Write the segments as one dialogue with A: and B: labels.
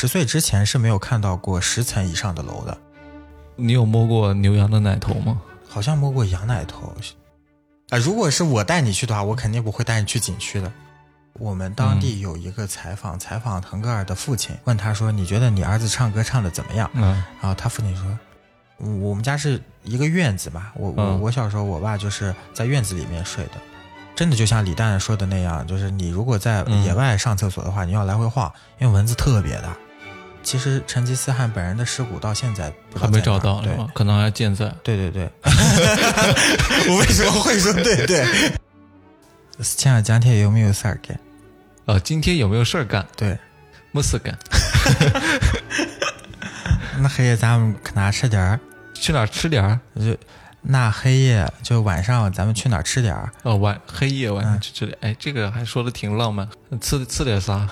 A: 十岁之前是没有看到过十层以上的楼的，
B: 你有摸过牛羊的奶头吗？
A: 好像摸过羊奶头。啊、如果是我带你去的话，我肯定不会带你去景区的。我们当地有一个采访，采访腾格尔的父亲，问他说：“你觉得你儿子唱歌唱的怎么样？”
B: 嗯
A: 然后啊他父亲说：“嗯我们家是一个院子嘛，我我
B: 嗯
A: 我小时候，我爸就是在院子里面睡的，真的就像李诞说的那样，就是你如果在
B: 嗯
A: 野外上厕所的话，你要来回晃，因为蚊子特别大。其实成吉思汗本人的尸骨到现在不知道
B: 还没
A: 在哪
B: 找
A: 儿
B: 到
A: 对
B: 是吧？可能还健在。
A: 对对 对，我为什么会说对对？亲爱的家庭有没有事儿干？
B: 呃，今天有没有事儿干？
A: 对，
B: 没事干，
A: 那黑夜咱们去哪儿吃点儿？
B: 去哪儿吃点儿？
A: 就那黑夜就晚上咱们去哪儿吃点儿？
B: 呃，晚黑夜晚上去吃点。哎，这个还说的挺浪漫。吃吃点啥？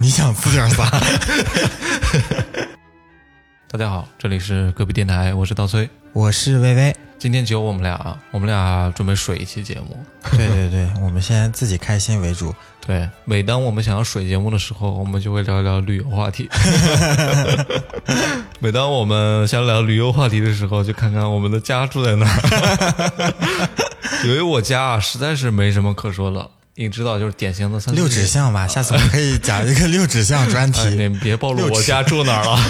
A: 你想吃点啥？
B: 大家好，这里是隔壁电台，我是刀崔。
A: 我是薇薇。
B: 今天只有我们俩啊，我们俩准备水一期节目。
A: 对对对， 我们先自己开心为主。
B: 对，每当我们想要水节目的时候，我们就会聊一聊旅游 话题。每当我们想聊旅游话题的时候，就看看我们的家住在哪儿。由于我家啊，实在是没什么可说了，你知道，就是典型的三
A: 六指
B: 巷。
A: 向吧，下次我们可以讲一个六指向专
B: 哎，
A: 题。
B: 你别暴露我家住哪儿了。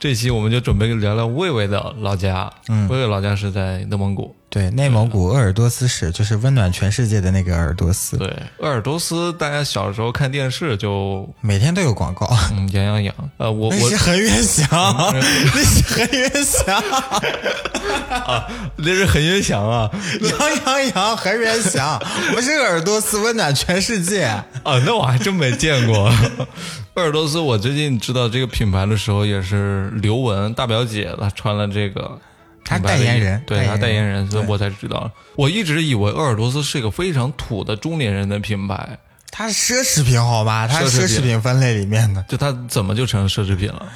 B: 这期我们就准备聊聊魏魏的老家。
A: 嗯
B: 魏魏老家是在内蒙古。
A: 对，内蒙古鄂尔多斯市就是温暖全世界的那个鄂尔多斯，
B: 对，鄂尔多斯，大家小时候看电视就
A: 每天都有广告。
B: 嗯痒痒痒。呃，我
A: 那
B: 我
A: 是恒源祥， 那是恒源祥，
B: 那是很悦翔啊
A: 羊羊羊，恒源祥，我们是鄂尔多斯，温暖全世界。
B: 啊！那我还真没见过。 鄂尔多斯，我最近知道这个品牌的时候，也是刘雯大表姐她穿了这个
A: 她
B: 品牌的
A: 代言
B: 衣服
A: 人
B: 对她
A: 代
B: 代
A: 言
B: 言
A: 人
B: 人，所以我才知道。我一直以为鄂尔多斯是一个非常土的中年人的品牌，
A: 它是奢侈品好吧？它是
B: 奢侈
A: 奢
B: 品
A: 侈品分类里面的。
B: 就它怎么就成奢侈品了？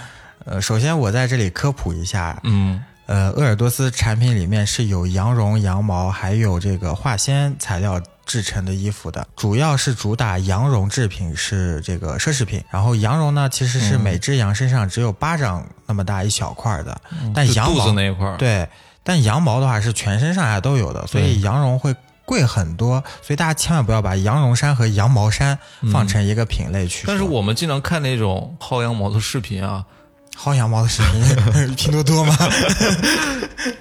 A: 呃，首先我在这里科普一下，
B: 嗯，
A: 呃，鄂尔多斯产品里面是有羊绒、羊毛，还有这个化纤材料制成的衣服的，主要是主打羊绒制品是这个奢侈品。然后羊绒呢，其实
B: 嗯
A: 是每只羊身上只有巴掌那么大一小块的，但
B: 嗯就
A: 羊
B: 肚
A: 毛
B: 子那一块儿，
A: 哎对，但羊毛的话是全身上下都有的，所以羊绒会贵很多。所以大家千万不要把羊绒衫和羊毛衫放成一个品类去说。
B: 嗯但是我们经常看那种薅羊毛的视频啊，
A: 薅羊毛的视频， 拼多多吗？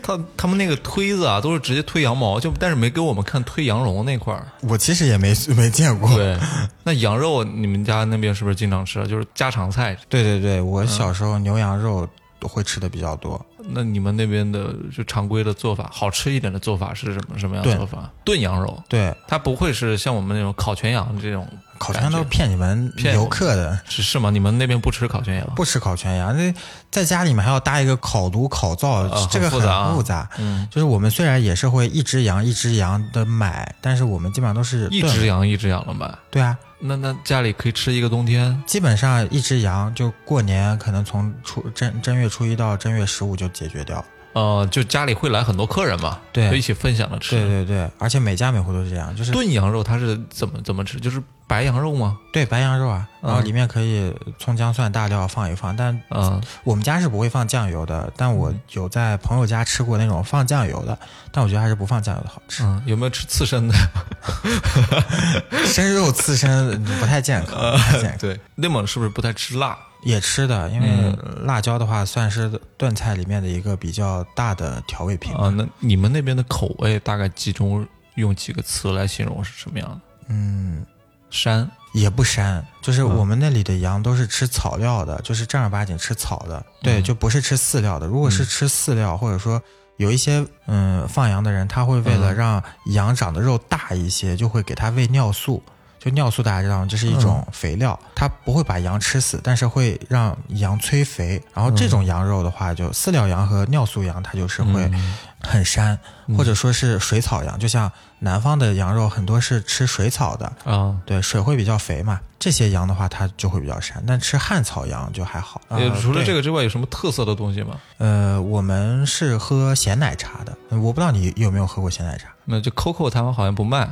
B: 他他们那个推子啊，都是直接推羊毛，就但是没给我们看推羊绒那块儿。
A: 我其实也没没见过。
B: 对， 那羊肉你们家那边是不是经常吃啊？就是家常菜。
A: 对对对，
B: 嗯
A: 我小时候牛羊肉会吃的比较多，
B: 那你们那边的就常规的做法，好吃一点的做法是什么什么样的
A: 对
B: 做法？炖羊肉，
A: 对，
B: 它不会是像我们那种烤全羊这种
A: 烤全羊都是
B: 感觉
A: 骗你们
B: 骗
A: 游
B: 我
A: 客的。
B: 是是吗？你们那边不吃烤全羊？
A: 不吃烤全羊，那在家里面还要搭一个烤炉、烤灶，
B: 呃
A: 这个
B: 很
A: 很
B: 复杂啊
A: 复杂。
B: 嗯，
A: 就是我们虽然也是会一只羊一只羊的买，但是我们基本上都是
B: 一
A: 炖
B: 只羊一只羊了买。
A: 对啊，
B: 那那家里可以吃一个冬天，
A: 基本上一只羊就过年可能从初正正月初一到正月十五就解决掉。
B: 呃，就家里会来很多客人嘛，
A: 对
B: 就一起分享着吃。
A: 对对对，而且每家每户都是这样，就是
B: 炖羊肉它是怎么怎么吃？就是白羊肉吗？
A: 对白羊肉啊，
B: 嗯
A: 然后里面可以葱姜蒜大料放一放，但
B: 嗯，
A: 我们家是不会放酱油的，但我有在朋友家吃过那种放酱油的，但我觉得还是不放酱油的好吃。
B: 嗯，有没有吃刺身的？
A: 生肉刺身不太健康，
B: 呃
A: 不太健康。
B: 对，内蒙是不是不太吃辣？
A: 也吃的，因为
B: 嗯
A: 辣椒的话算是炖菜里面的一个比较大的调味品。
B: 啊，那你们那边的口味大概集中用几个词来形容是什么样的？
A: 嗯，
B: 膻，
A: 也不膻，就是
B: 嗯
A: 我们那里的羊都是吃草料的，就是正儿八经吃草的，对，
B: 嗯
A: 就不是吃饲料的。如果是吃饲料，或者说有一些嗯放羊的人，他会为了
B: 嗯
A: 让羊长得肉大一些，就会给它喂尿素。就尿素大家知道吗？这是一
B: 嗯
A: 种肥料，它不会把羊吃死，但是会让羊催肥。然后这种羊肉的话，就饲料羊和尿素羊，它就是会
B: 嗯
A: 很膻，或者说是水草羊。就像南方的羊肉很多是吃水草的，
B: 啊，
A: 对，水会比较肥嘛，这些羊的话它就会比较膻，但吃汉草羊就还好。
B: 呃除了这
A: 个，
B: 个之外，有什么特色的东西吗？
A: 呃，我们是喝 咸奶茶的，我不知道你有没有喝过咸奶茶。
B: 那就 COCO 他们好像不卖，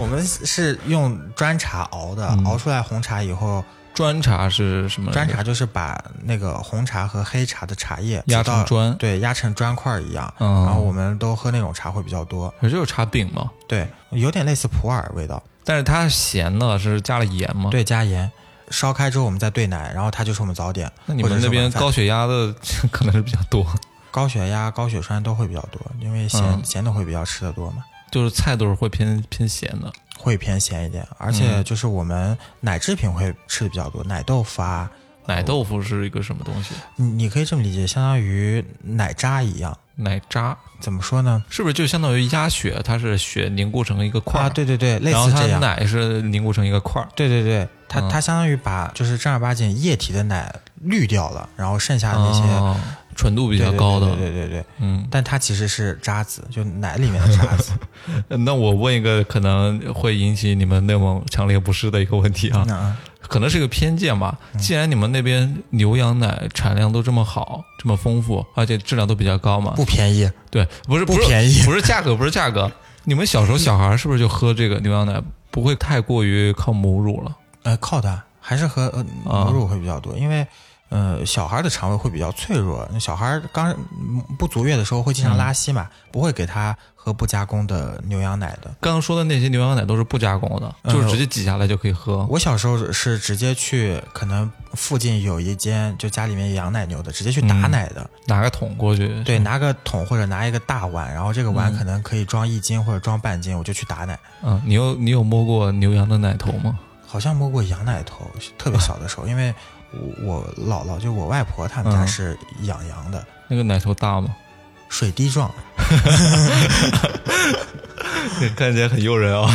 A: 我们是用砖茶熬的，
B: 嗯
A: 熬出来红茶以后，
B: 砖茶是什么？
A: 砖茶就是把那个红茶和黑茶的茶叶
B: 压
A: 挤到
B: 成砖
A: 对，压成砖块儿一样。
B: 嗯
A: 然后我们都喝那种茶会比较多，
B: 可是有茶饼吗？
A: 对，有点类似普洱味道，
B: 但是它咸的，是加了盐吗？，
A: 对，加盐。烧开之后，我们再兑奶，然后它就是我们早点。
B: 那你
A: 或
B: 们
A: 者是
B: 那边
A: 晚饭
B: 高血压的 可能是比较多，
A: 高血压、高血栓都会比较多，因为咸、
B: 嗯
A: 咸的会比较吃的多嘛，
B: 就是菜都是会偏偏咸的。
A: 会偏咸一点。而
B: 嗯
A: 且就是我们奶制品会吃的比较多，奶豆腐啊，
B: 奶豆腐是一个什么东西？
A: 你你可以这么理解，相当于奶渣一样。
B: 奶渣
A: 怎么说呢？
B: 是不是就相当于鸭血？它是血凝固成一个块儿、
A: 啊，对对对，类
B: 然后
A: 似
B: 它
A: 这样。
B: 奶是凝固成一个块儿。
A: 对对对，它、
B: 嗯
A: 它相当于把就是正儿八经液体的奶滤掉了，然后剩下的啊那些、
B: 哦纯度比较
A: 对对
B: 高的，
A: 对对对对对，
B: 嗯，
A: 但它其实是渣子，就奶里 面的渣子。
B: 那我问一个可能会引起你们那么强烈不适的一个问题啊，
A: 嗯
B: 可能是一个偏见吧。既然你们那边牛羊奶产量都这么好，这么丰富，而且质量都比较高嘛，
A: 不便宜，
B: 对，不是
A: 不
B: 是
A: 便宜
B: 不是价格，不是 价格。你们小时候小孩是不是就喝这个牛羊奶，不会太过于靠母乳了？
A: 呃，靠的还是和呃
B: 啊
A: 母乳会比较多，因为呃小孩的肠胃会比较脆弱，那小孩刚嗯不足月的时候会经常拉稀嘛，不会给他喝不加工的牛羊奶的。
B: 刚刚说的那些牛羊奶都是不加工的，
A: 嗯
B: 就是直接挤下来就可以喝。
A: 我小时候是直接去，可能附近有一间就家里面养奶牛的，直接去打
B: 嗯
A: 奶的。
B: 拿个桶过去，
A: 对，拿个桶或者拿一个大碗，然后这个碗可能可以装一斤或者装半斤，我就去打奶。
B: 嗯，你有你有摸过牛羊的奶头吗？
A: 好像摸过羊奶头，特别小的时候，因为我我姥姥就我外婆他们家
B: 嗯
A: 是养羊的，
B: 那个奶头大吗？
A: 水滴状。
B: 看起来很诱人啊、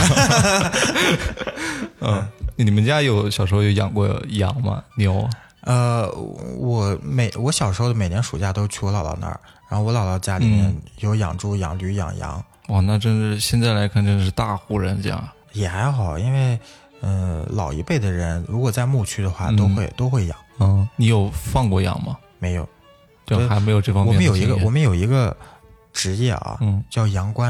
B: 嗯，你们家有小时候有养过羊吗？牛啊？
A: 呃，我每我小时候的每年暑假都去我姥姥那儿，然后我姥姥家里面
B: 嗯
A: 有养猪、养驴、养羊，
B: 哇，那真是现在来看真是大户人家。
A: 也还好，因为呃老一辈的人如果在牧区的话，
B: 嗯
A: 都会、都会养。
B: 嗯，你有放过羊吗？
A: 没有，
B: 就
A: 对
B: 还没有这方
A: 我
B: 面
A: 们
B: 的
A: 有
B: 经
A: 一
B: 验。
A: 个我们有一个职业啊，
B: 嗯
A: 叫羊倌，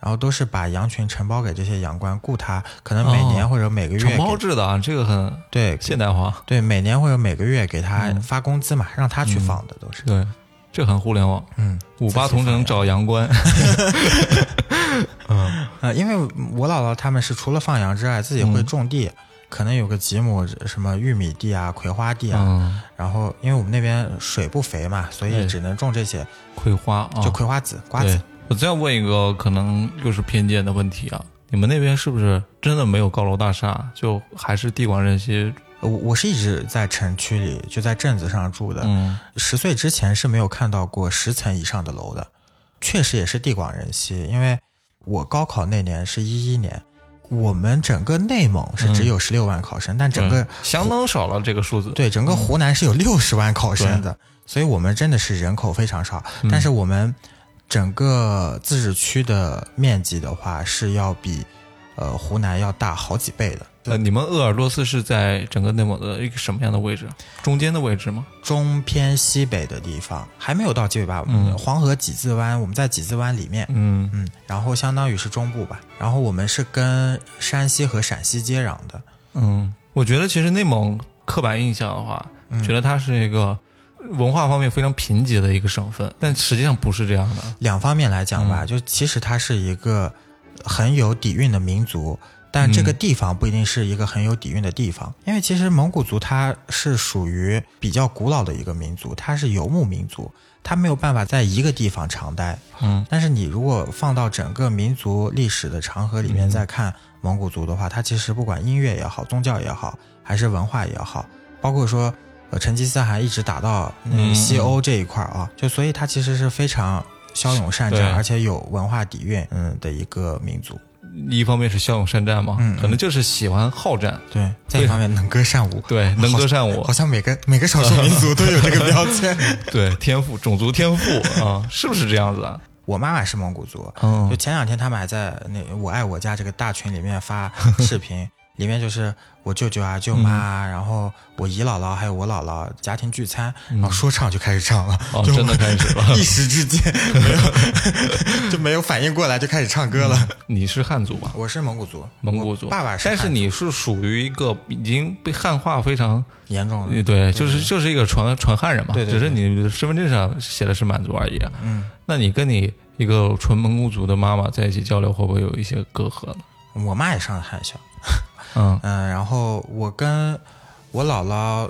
A: 然后都是把羊群承包给这些羊倌，雇他，可能每
B: 哦
A: 年或者每个月
B: 承包
A: 给
B: 制的啊，这个很
A: 对
B: 现代化。
A: 对，每年或者每个月给他
B: 嗯
A: 发工资嘛，让他去放的都是，
B: 对，这很互联网。
A: 嗯，
B: 五八同城找羊倌。嗯
A: 呃，因为我姥姥他们是除了放羊之外，自己会种地，可能有个几亩什么玉米地啊、葵花地啊。
B: 嗯，
A: 然后，因为我们那边水不肥嘛，所以
B: 对
A: 只能种这些，
B: 葵花啊，
A: 就葵花籽、瓜
B: 对
A: 子。，
B: 我再问一个可能又是偏见的问题啊，你们那边是不是真的没有高楼大厦，就还是地广人稀？
A: 呃我我是一直在城区里，就在镇子上住的。
B: 嗯，
A: 十岁之前是没有看到过十层以上的楼的，确实也是地广人稀。因为我高考那年是一一年，我们整个内蒙是
B: 嗯
A: 只有十六万考生，但整个
B: 对相当少了这个数字。，
A: 对，整个湖南是有六十万考生
B: 嗯
A: 的，所以我们真的是人口非常少。但是我们整个自治区的面积的话，是要比呃湖南要大好几倍的。
B: 呃，你们鄂尔多斯是在整个内蒙的一个什么样的位置？中间的位置吗？
A: 中偏西北的地方还没有到西北吧？
B: 嗯
A: 黄河几字湾，我们在几字湾里面。
B: 嗯，
A: 嗯，然后相当于是中部吧，然后我们是跟山西和陕西接壤的，
B: 嗯，我觉得其实内蒙刻板印象的话，
A: 嗯
B: 觉得它是一个文化方面非常贫瘠的一个省份，但实际上不是这样的。
A: 两方面来讲吧，就其实它是一个很有底蕴的民族，但这个地方不一定是一个很有底蕴的地方，因为其实蒙古族它是属于比较古老的一个民族，它是游牧民族，它没有办法在一个地方长待。
B: 嗯，
A: 但是你如果放到整个民族历史的长河里
B: 嗯
A: 面再看蒙古族的话，它其实不管音乐也好，宗教也好，还是文化也好，包括说。呃，成吉思汗一直打到嗯
B: 嗯
A: 西欧这一块儿啊，就所以它其实是非常骁勇善
B: 对
A: 战，而且有文化底蕴，嗯的一个民族。
B: 一方面是骁勇善战嘛，
A: 嗯嗯
B: 可能就是喜欢好战，
A: 对，在一方面能歌善舞，
B: 对， 能歌善舞
A: 好，像每个每个少数民族都有这 个标签。
B: 对，天赋，种族天赋 啊，是不是这样子啊？
A: 我妈妈是蒙古族，
B: 嗯
A: 就前两天他们还在那“我爱我家”这个大群里面发视频，里面就是我舅舅啊、舅妈啊，
B: 嗯
A: 然后我姨姥姥还有我姥姥家庭聚餐，然后说唱就开始唱了，
B: 嗯哦
A: 就
B: 真的开始了
A: 一时之间没有 就没有反应过来，就开始唱歌了。
B: 你是汉族吧？
A: 我是蒙古族，
B: 嗯蒙古族，
A: 我爸爸是
B: 但
A: 汉族，
B: 是你是属于一个已经被汉化非常，
A: 严重了，
B: 对，就是就是一个纯纯汉人嘛，
A: 嗯对对
B: 只是你身份证上写的是满族而已。嗯，那你跟你一个纯蒙古族的妈妈在一起交流，会不会有一些隔阂呢？
A: 我妈也上了汉校，
B: 嗯，
A: 嗯，然后我跟我姥姥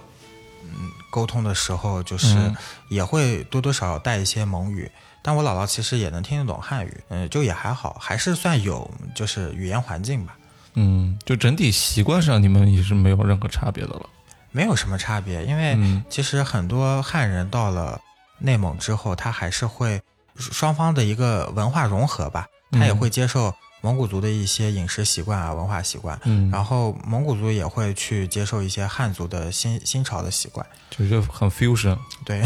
A: 嗯沟通的时候，就是
B: 嗯
A: 也会多多少少带一些蒙语，但我姥姥其实也能听得懂汉语，嗯，就也还好，还是算有就是语言环境吧，
B: 嗯，就整体习惯上你们也是没有任何差别的了。
A: 没有什么差别。因为
B: 嗯
A: 其实很多汉人到了内蒙之后，他还是会双方的一个文化融合吧，他也
B: 嗯
A: 会接受蒙古族的一些饮食习惯啊、文化习惯。
B: 嗯，
A: 然后蒙古族也会去接受一些汉族的新新潮的习惯，
B: 就是很 fusion。
A: 对，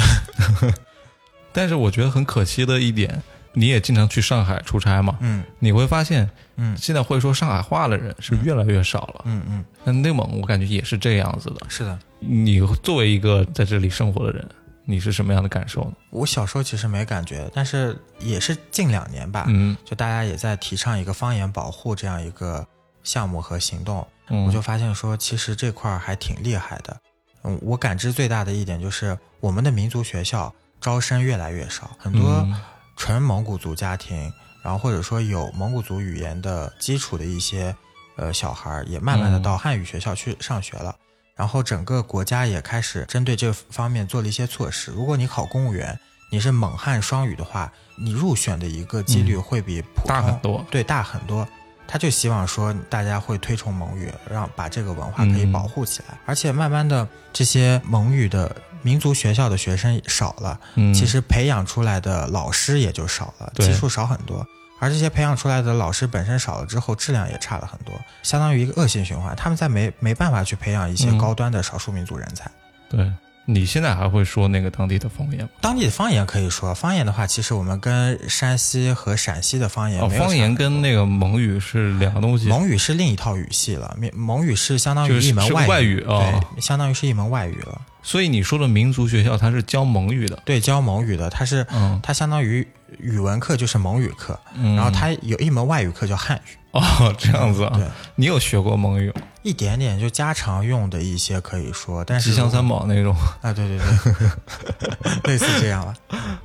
B: 但是我觉得很可惜的一点，你也经常去上海出差嘛，
A: 嗯
B: 你会发现
A: 嗯
B: 现在会说上海话的人是越来越少了。
A: 嗯嗯，
B: 那内蒙我感觉也是这样子的。
A: 是的。
B: 你作为一个在这里生活的人，你是什么样的感受呢？
A: 我小时候其实没感觉，但是也是近两年吧，
B: 嗯，
A: 就大家也在提倡一个方言保护这样一个项目和行动，
B: 我
A: 我就发现说，其实这块儿还挺厉害的。嗯，我感知最大的一点就是，我们的民族学校招生越来越少，
B: 嗯
A: 很多纯蒙古族家庭，然后或者说有蒙古族语言的基础的一些呃小孩儿，也慢慢的
B: 嗯
A: 到汉语学校去上学了。然后整个国家也开始针对这方面做了一些措施。如果你考公务员，你是蒙汉双语的话，你入选的一个几率会比普通、
B: 嗯大很多
A: 对大很多。他就希望说大家会推崇蒙语，让把这个文化可
B: 嗯
A: 以保护起来。而且慢慢的，这些蒙语的民族学校的学生少了，
B: 嗯，
A: 其实培养出来的老师也就少了，
B: 对
A: 基数少很多。而这些培养出来的老师本身少了之后，质量也差了很多，相当于一个恶性循环。他们在没没办法去培养一些
B: 嗯
A: 高端的少数民族人才。
B: 对你现在还会说那个当地的方言吗？
A: 当地的方言可以说，方言的话，其实我们跟山西和陕西的方言
B: 哦，
A: 没有差
B: 方言跟那个蒙语是两个东西。
A: 蒙语是另一套语系了，蒙蒙语是相当
B: 就
A: 于
B: 是
A: 一门
B: 是
A: 外
B: 外语哦
A: 对，相当于是一门外语了。
B: 所以你说的民族学校，它是教蒙语的。
A: 对，教蒙语的，它是
B: 嗯，
A: 它相当于语文课就是蒙语课，
B: 嗯
A: 然后它有一门外语课叫汉语。
B: 哦这样子啊，
A: 对，
B: 你有学过蒙语吗？
A: 一点点就家常用的一些可以说，但是
B: 吉祥三
A: 宝
B: 宝那种。
A: 啊，对对对， 类似这样了。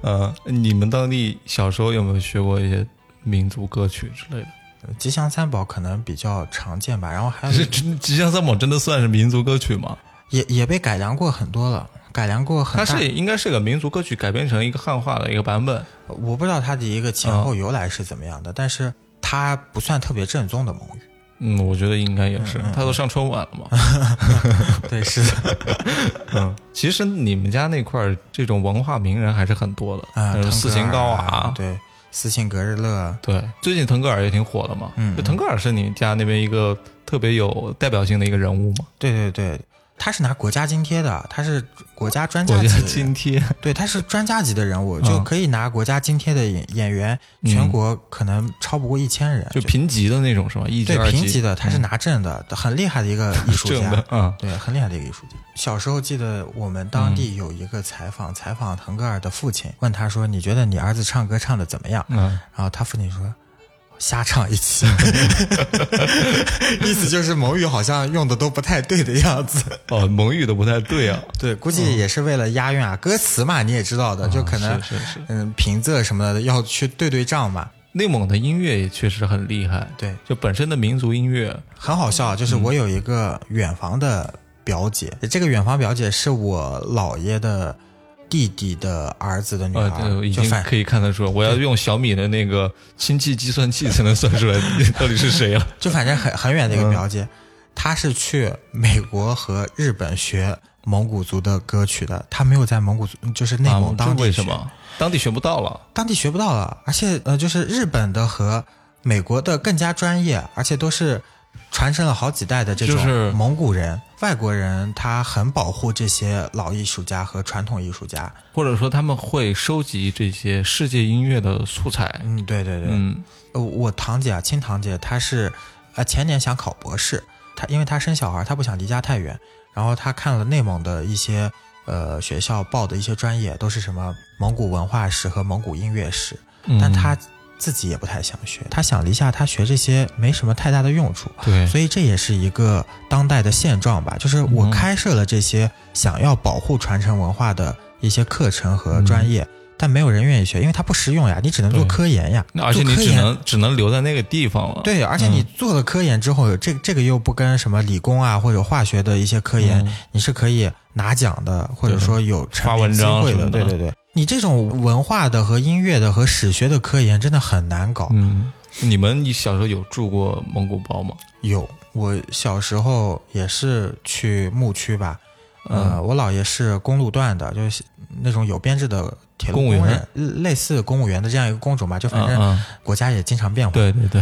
B: 呃，你们当地小时候有没有学过一些民族歌曲之类的？
A: 吉祥三宝可能比较常见吧，然后还
B: 这
A: 有
B: 这吉祥三宝真的算是民族歌曲吗？
A: 也也被改良过很多了，改良过很
B: 它
A: 大。
B: 是应该是个民族歌曲改编成一个汉化的一个版本。
A: 我不知道它的一个前后由来是怎么样的，但是它不算特别正宗的蒙 语。
B: 嗯，我觉得应该也是，它都上春晚了 嘛。
A: 对，是的，
B: 嗯，其实你们家那块儿这种文化名人还是很多的，
A: 啊，腾格尔
B: 嗯，斯琴高
A: 啊
B: 娃，，
A: 对，斯琴格日乐，
B: 对，最近腾格尔也挺火的嘛。
A: 嗯
B: 就腾格尔是你家那边一个特别有代表性的一个人物嘛，
A: 对对对，他是拿国家津贴的，他是国家专家
B: 国
A: 级
B: 家
A: 的人
B: 津贴。
A: 对，他是专家级的人物，
B: 嗯
A: 就可以拿国家津贴的演演员，
B: 嗯
A: 全国可能超不过一千人，
B: 就评级的那种是吧？一级、
A: 对
B: 二
A: 评级的，他是拿证的，很厉害的一个艺 术
B: 正
A: 家
B: 的。，嗯
A: 对，很厉害的一个艺术家。小时候记得我们当地有一个采访，采访腾格尔的父亲，问他说：“你觉得你儿子唱歌唱的怎么样
B: 嗯，？”
A: 然后他父亲说：“瞎唱一 起。”意思就是蒙语好像用的都不太对的样子。
B: 哦，蒙语的不太对 啊。
A: 对，估计也是为了押韵啊，歌词嘛，你也知道的，就可能
B: 是是是，
A: 嗯，平仄什么的要去对对仗嘛。
B: 内蒙的音乐也确实很厉害，
A: 对，
B: 就本身的民族音乐，
A: 很好笑，啊就是我有一个远房的表姐，这个远房表姐是我姥爷的弟弟的儿子的女
B: 呃，
A: 儿，
B: 对已
A: 就
B: 经
A: 反
B: 可以看得出来，我要用小米的那个亲戚计算器才能算 出来 到底是谁了。
A: 就反正很很远的一个表姐，她是去美国和日本学蒙古族的歌曲的，她没有在蒙古族，就是内蒙
B: 啊
A: 当
B: 这
A: 地
B: 为什
A: 学
B: 么当地学不到了？
A: 当地学不到了，而且呃，就是日本的和美国的更加专业，而且都是传承了好几代的这
B: 就是
A: 种蒙古人、外国人，他很保护这些老艺术家和传统艺术家。
B: 或者说他们会收集这些世界音乐的素材？
A: 嗯，对对对，
B: 嗯，
A: 呃我堂姐啊，亲堂姐，她是呃前年想考博士，他因为他生小孩，他不想离家太远，然后他看了内蒙的一些呃学校报的一些专业，都是什么蒙古文化史和蒙古音乐史，
B: 嗯
A: 但他自己也不太想学，他想了一下，他学这些没什么太大的用处，
B: 对，
A: 所以这也是一个当代的现状吧。就是我开设了这些想要保护传承文化的一些课程和专业，但没有人愿意学，因为它不实用呀，你只能做
B: 嗯对哦
A: 科研呀，
B: 那而且
A: 做
B: 你
A: 科
B: 只
A: 研
B: 能只能留在那个地方了。
A: 对，而且你做了科研之后，这这个又不跟什么理工啊或者化学的一些科研，
B: 嗯
A: 你是可以拿奖的，或者说有
B: 发
A: 成
B: 文
A: 名机
B: 章
A: 会
B: 什么的
A: 对对对，你这种文化的和音乐的和史学的科研真的很难搞。
B: 嗯，你们小时候有住过蒙古包吗？
A: 有，我小时候也是去牧区吧，呃，
B: 嗯
A: 我姥爷是公路段的，就是那种有编制的铁路
B: 公务
A: 工
B: 员
A: 人，类似公务员的这样一个工种吧，就反正
B: 嗯，
A: 国家也经常变化。
B: 对对 对，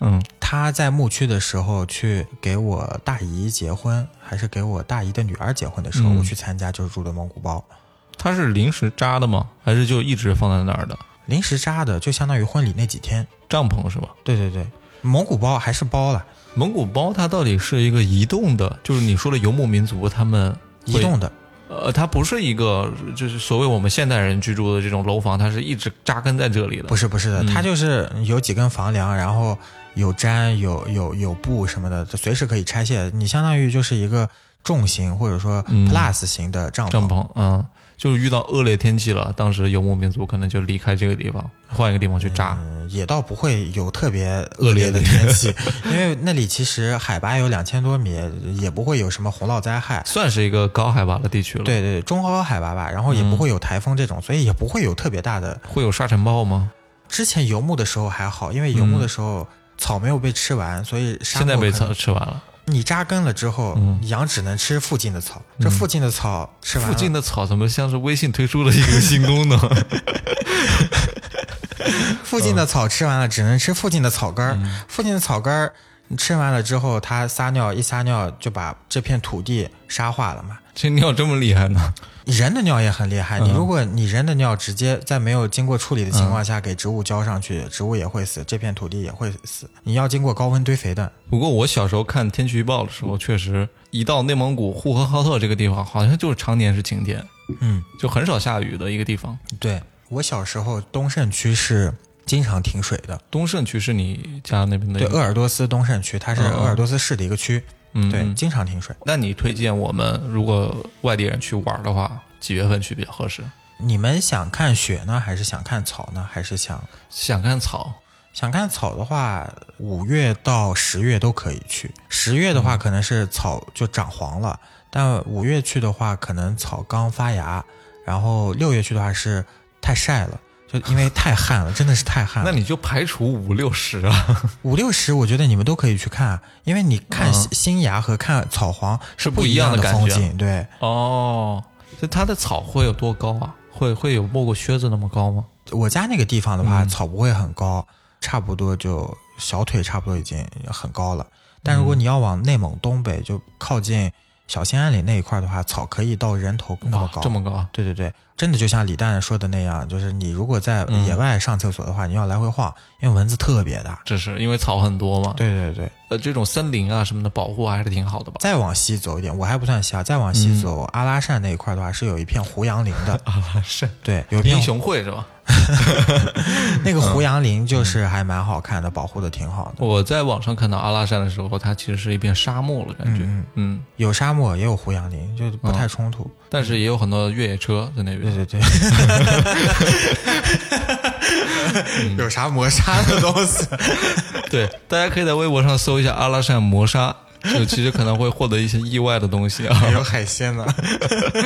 B: 嗯
A: 他在牧区的时候去给我大姨结婚，还是给我大姨的女儿结婚的时候，
B: 嗯
A: 我去参加，就是住的蒙古包，
B: 它是临时扎的吗？还是就一直放在那儿的
A: 临时扎的，就相当于婚礼那几天。
B: 帐篷是吧？
A: 对对对，蒙古包还是包了，
B: 蒙古包它到底是一个移动的，就是你说的游牧民族，他们会
A: 移动的。
B: 呃，它不是一个就是所谓我们现代人居住的这种楼房，它是一直扎根在这里的
A: 不。是不是的，
B: 嗯
A: 它就是有几根房梁，然后有毡、有有有布什么的，随时可以拆卸。你相当于就是一个重型或者说
B: 嗯
A: plus 型的帐篷，
B: 帐篷，嗯，就是遇到恶劣天气了，当时游牧民族可能就离开这个地方，换一个地方去扎。
A: 嗯，也倒不会有特别恶劣的天气，因为那里其实海拔有两千多米，也不会有什么洪涝灾害。
B: 算是一个高海拔的地区了。，
A: 对对，中高海拔吧，然后也不会有台风这种，所以也不会有特别大的。
B: 会有沙尘暴吗？
A: 之前游牧的时候还好，因为游牧的时候草没有被吃完，所以沙
B: 现在
A: 漠
B: 被
A: 可能
B: 吃吃完了，
A: 你扎根了之后，羊只能吃附近的草，这附近的草吃完
B: 嗯附
A: 了，
B: 近的草怎么像是微信推出了一个 新功能？
A: 附近的
B: 嗯
A: 草吃完了，只能吃附近的草根儿。附近的草根儿你吃完了之后，它撒尿一撒尿就把这片土地沙化了嘛。
B: 这尿这么厉害呢？
A: 人的尿也很厉
B: 嗯
A: 害，你如果你人的尿直接在没有经过处理的情况下给植物浇上去，植物也会死，这片土地也会死。你要经过高温堆肥的，
B: 不过我小时候看天气预报的时候，确实一到内蒙古呼和浩特这个地方，好像就是常年是晴天，
A: 嗯，
B: 就很少下雨的一个地方。
A: 对我小时候东胜区是经常停水的，
B: 东胜区是你家那边的一
A: 对，呃
B: 个，
A: 鄂尔多斯东胜区，它是
B: 嗯嗯
A: 鄂尔多斯市的一个区，
B: 嗯，
A: 对，
B: 嗯
A: 经常停水。
B: 那你推荐我们如果外地人去玩的话，几月份去比较合适？
A: 你们想看雪呢，还是想看草呢，还是想
B: 想看草，
A: 想看草的话，五月到十月都可以去。十月的
B: 嗯
A: 话，可能是草就长黄了，但五月去的话，可能草刚发芽。然后六月去的话是太晒了，就因为太旱 了，真的是太旱
B: 那
A: 了。
B: 你就排除五六十啊，
A: 五六十，我觉得你们都可以去看，啊因为你看
B: 嗯
A: 新新芽和看草黄
B: 是
A: 不
B: 不一样
A: 样的
B: 的感
A: 风
B: 觉
A: 景。对，
B: 哦，就它的草会有多高啊？会会有没过靴子那么高吗？
A: 我家那个地方的
B: 嗯
A: 话，草不会很高，差不多就小腿差不多已经很高了。但如果你要往内蒙东北，就靠近小兴安岭那一块的话，草可以到人头那么
B: 哇
A: 高。
B: 这么高啊？
A: 对对对，真的就像李诞说的那样，就是你如果在
B: 嗯
A: 野外上厕所的话，你要来回晃，因为蚊子特别大。
B: 这是因为草很多嘛？，
A: 对对对，
B: 呃，这种森林啊什么的保护还是挺好的吧？，
A: 再往西走一点，我还不算西啊，再往西走，阿拉善那一块的话是有一片胡杨林的
B: 啊，是
A: 对，有一片
B: 英雄会是吧？
A: 那个胡杨林
B: 嗯
A: 就是还蛮好看的，保护的挺好的，
B: 我在网上看到阿拉善的时候，它其实是一片沙漠了，感觉，
A: 嗯
B: 嗯
A: 有沙漠也有胡杨林，就不太冲突。
B: 但是也有很多越野车在那边。
A: 嗯对对对， 有啥磨砂的东 西？
B: 对，大家可以在微博上搜一下阿拉善磨砂，就其实可能会获得一些意外的东西啊。
A: 还有海鲜呢？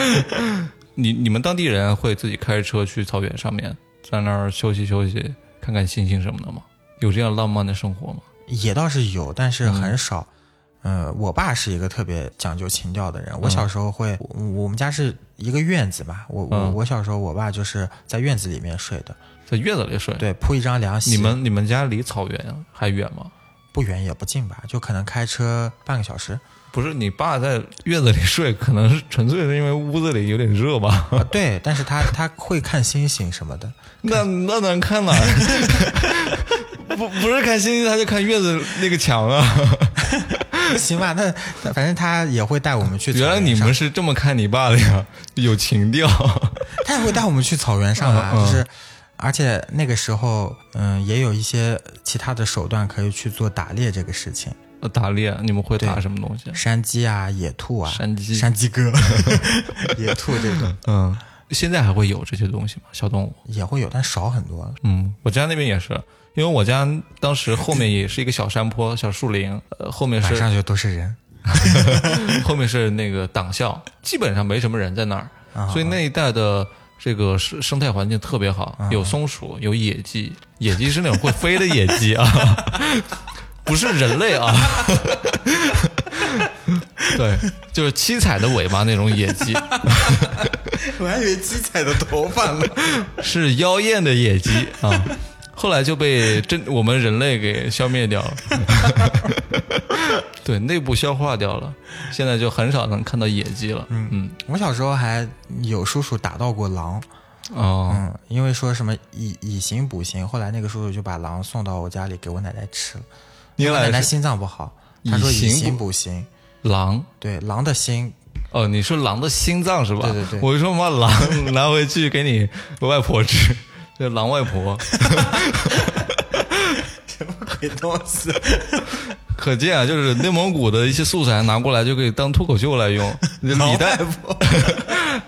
B: 你你们当地人会自己开着车去草原上面，在那儿休息休息，看看星星什么的吗？有这样浪漫的生活吗？
A: 也倒是有，但是很少。嗯，我爸是一个特别讲究情调的人。我小时候会，我我们家是一个院子嘛，我我
B: 嗯
A: 我小时候，我爸就是在院子里面睡的，
B: 在院子里睡？，
A: 对，铺一张凉席。
B: 你们你们家离草原啊还远吗？
A: 不远也不近吧，就可能开车半个小时。
B: 不是，你爸在院子里睡，可能是纯粹是因为屋子里有点热吧？
A: 啊对，但是他他会看星星什么的。
B: 那那能看 哪儿？不不是看星星，他就看院子那个墙啊。
A: 行吧，那那反正他也会带我们去草原
B: 原
A: 上。
B: 来你们是这么看你爸的呀，有情调。
A: 他也会带我们去草原上啊，
B: 嗯嗯
A: 就是，而且那个时候，嗯，也有一些其他的手段可以去做打猎这个事情，
B: 呃打猎，你们会打什么东西？
A: 山鸡啊、野兔啊、
B: 山鸡
A: 山鸡哥、 野兔这种
B: 嗯，现在还会有这些东西吗？小动物？
A: 也会有，但少很多了。
B: 嗯，我家那边也是，因为我家当时后面也是一个小山坡、小树林，呃，后面
A: 晚
B: 是
A: 上就都是人，
B: 后面是那个党校，基本上没什么人在那儿，所以那一带的。这个生生态环境特别好，有松鼠，有野鸡，野鸡是那种会飞的野鸡 啊，不是人类啊。 对，就是七彩的尾巴那种野鸡，
A: 我还以为鸡踩的头发呢。
B: 是妖艳的野鸡啊，后来就被真我们人类给消灭掉了， 对，内部消化掉了，现在就很少能看到野鸡了。嗯嗯
A: 我小时候还有叔叔打到过狼，
B: 哦，
A: 嗯，因为说什么以以形补形，后来那个叔叔就把狼送到我家里给我奶奶吃了。
B: 你
A: 我奶
B: 奶
A: 奶
B: 是
A: 心脏不好，她说
B: 以形
A: 以形
B: 补
A: 补形，
B: 狼
A: 对，狼的 心
B: 哦，你说狼的心脏是吧？
A: 对对对
B: 我就说妈狼拿回去给你外婆吃， 这狼外 婆，
A: 鬼东西。
B: 可见啊，就是内蒙古的一些素材拿过来就可以当脱口秀 来用，李诞。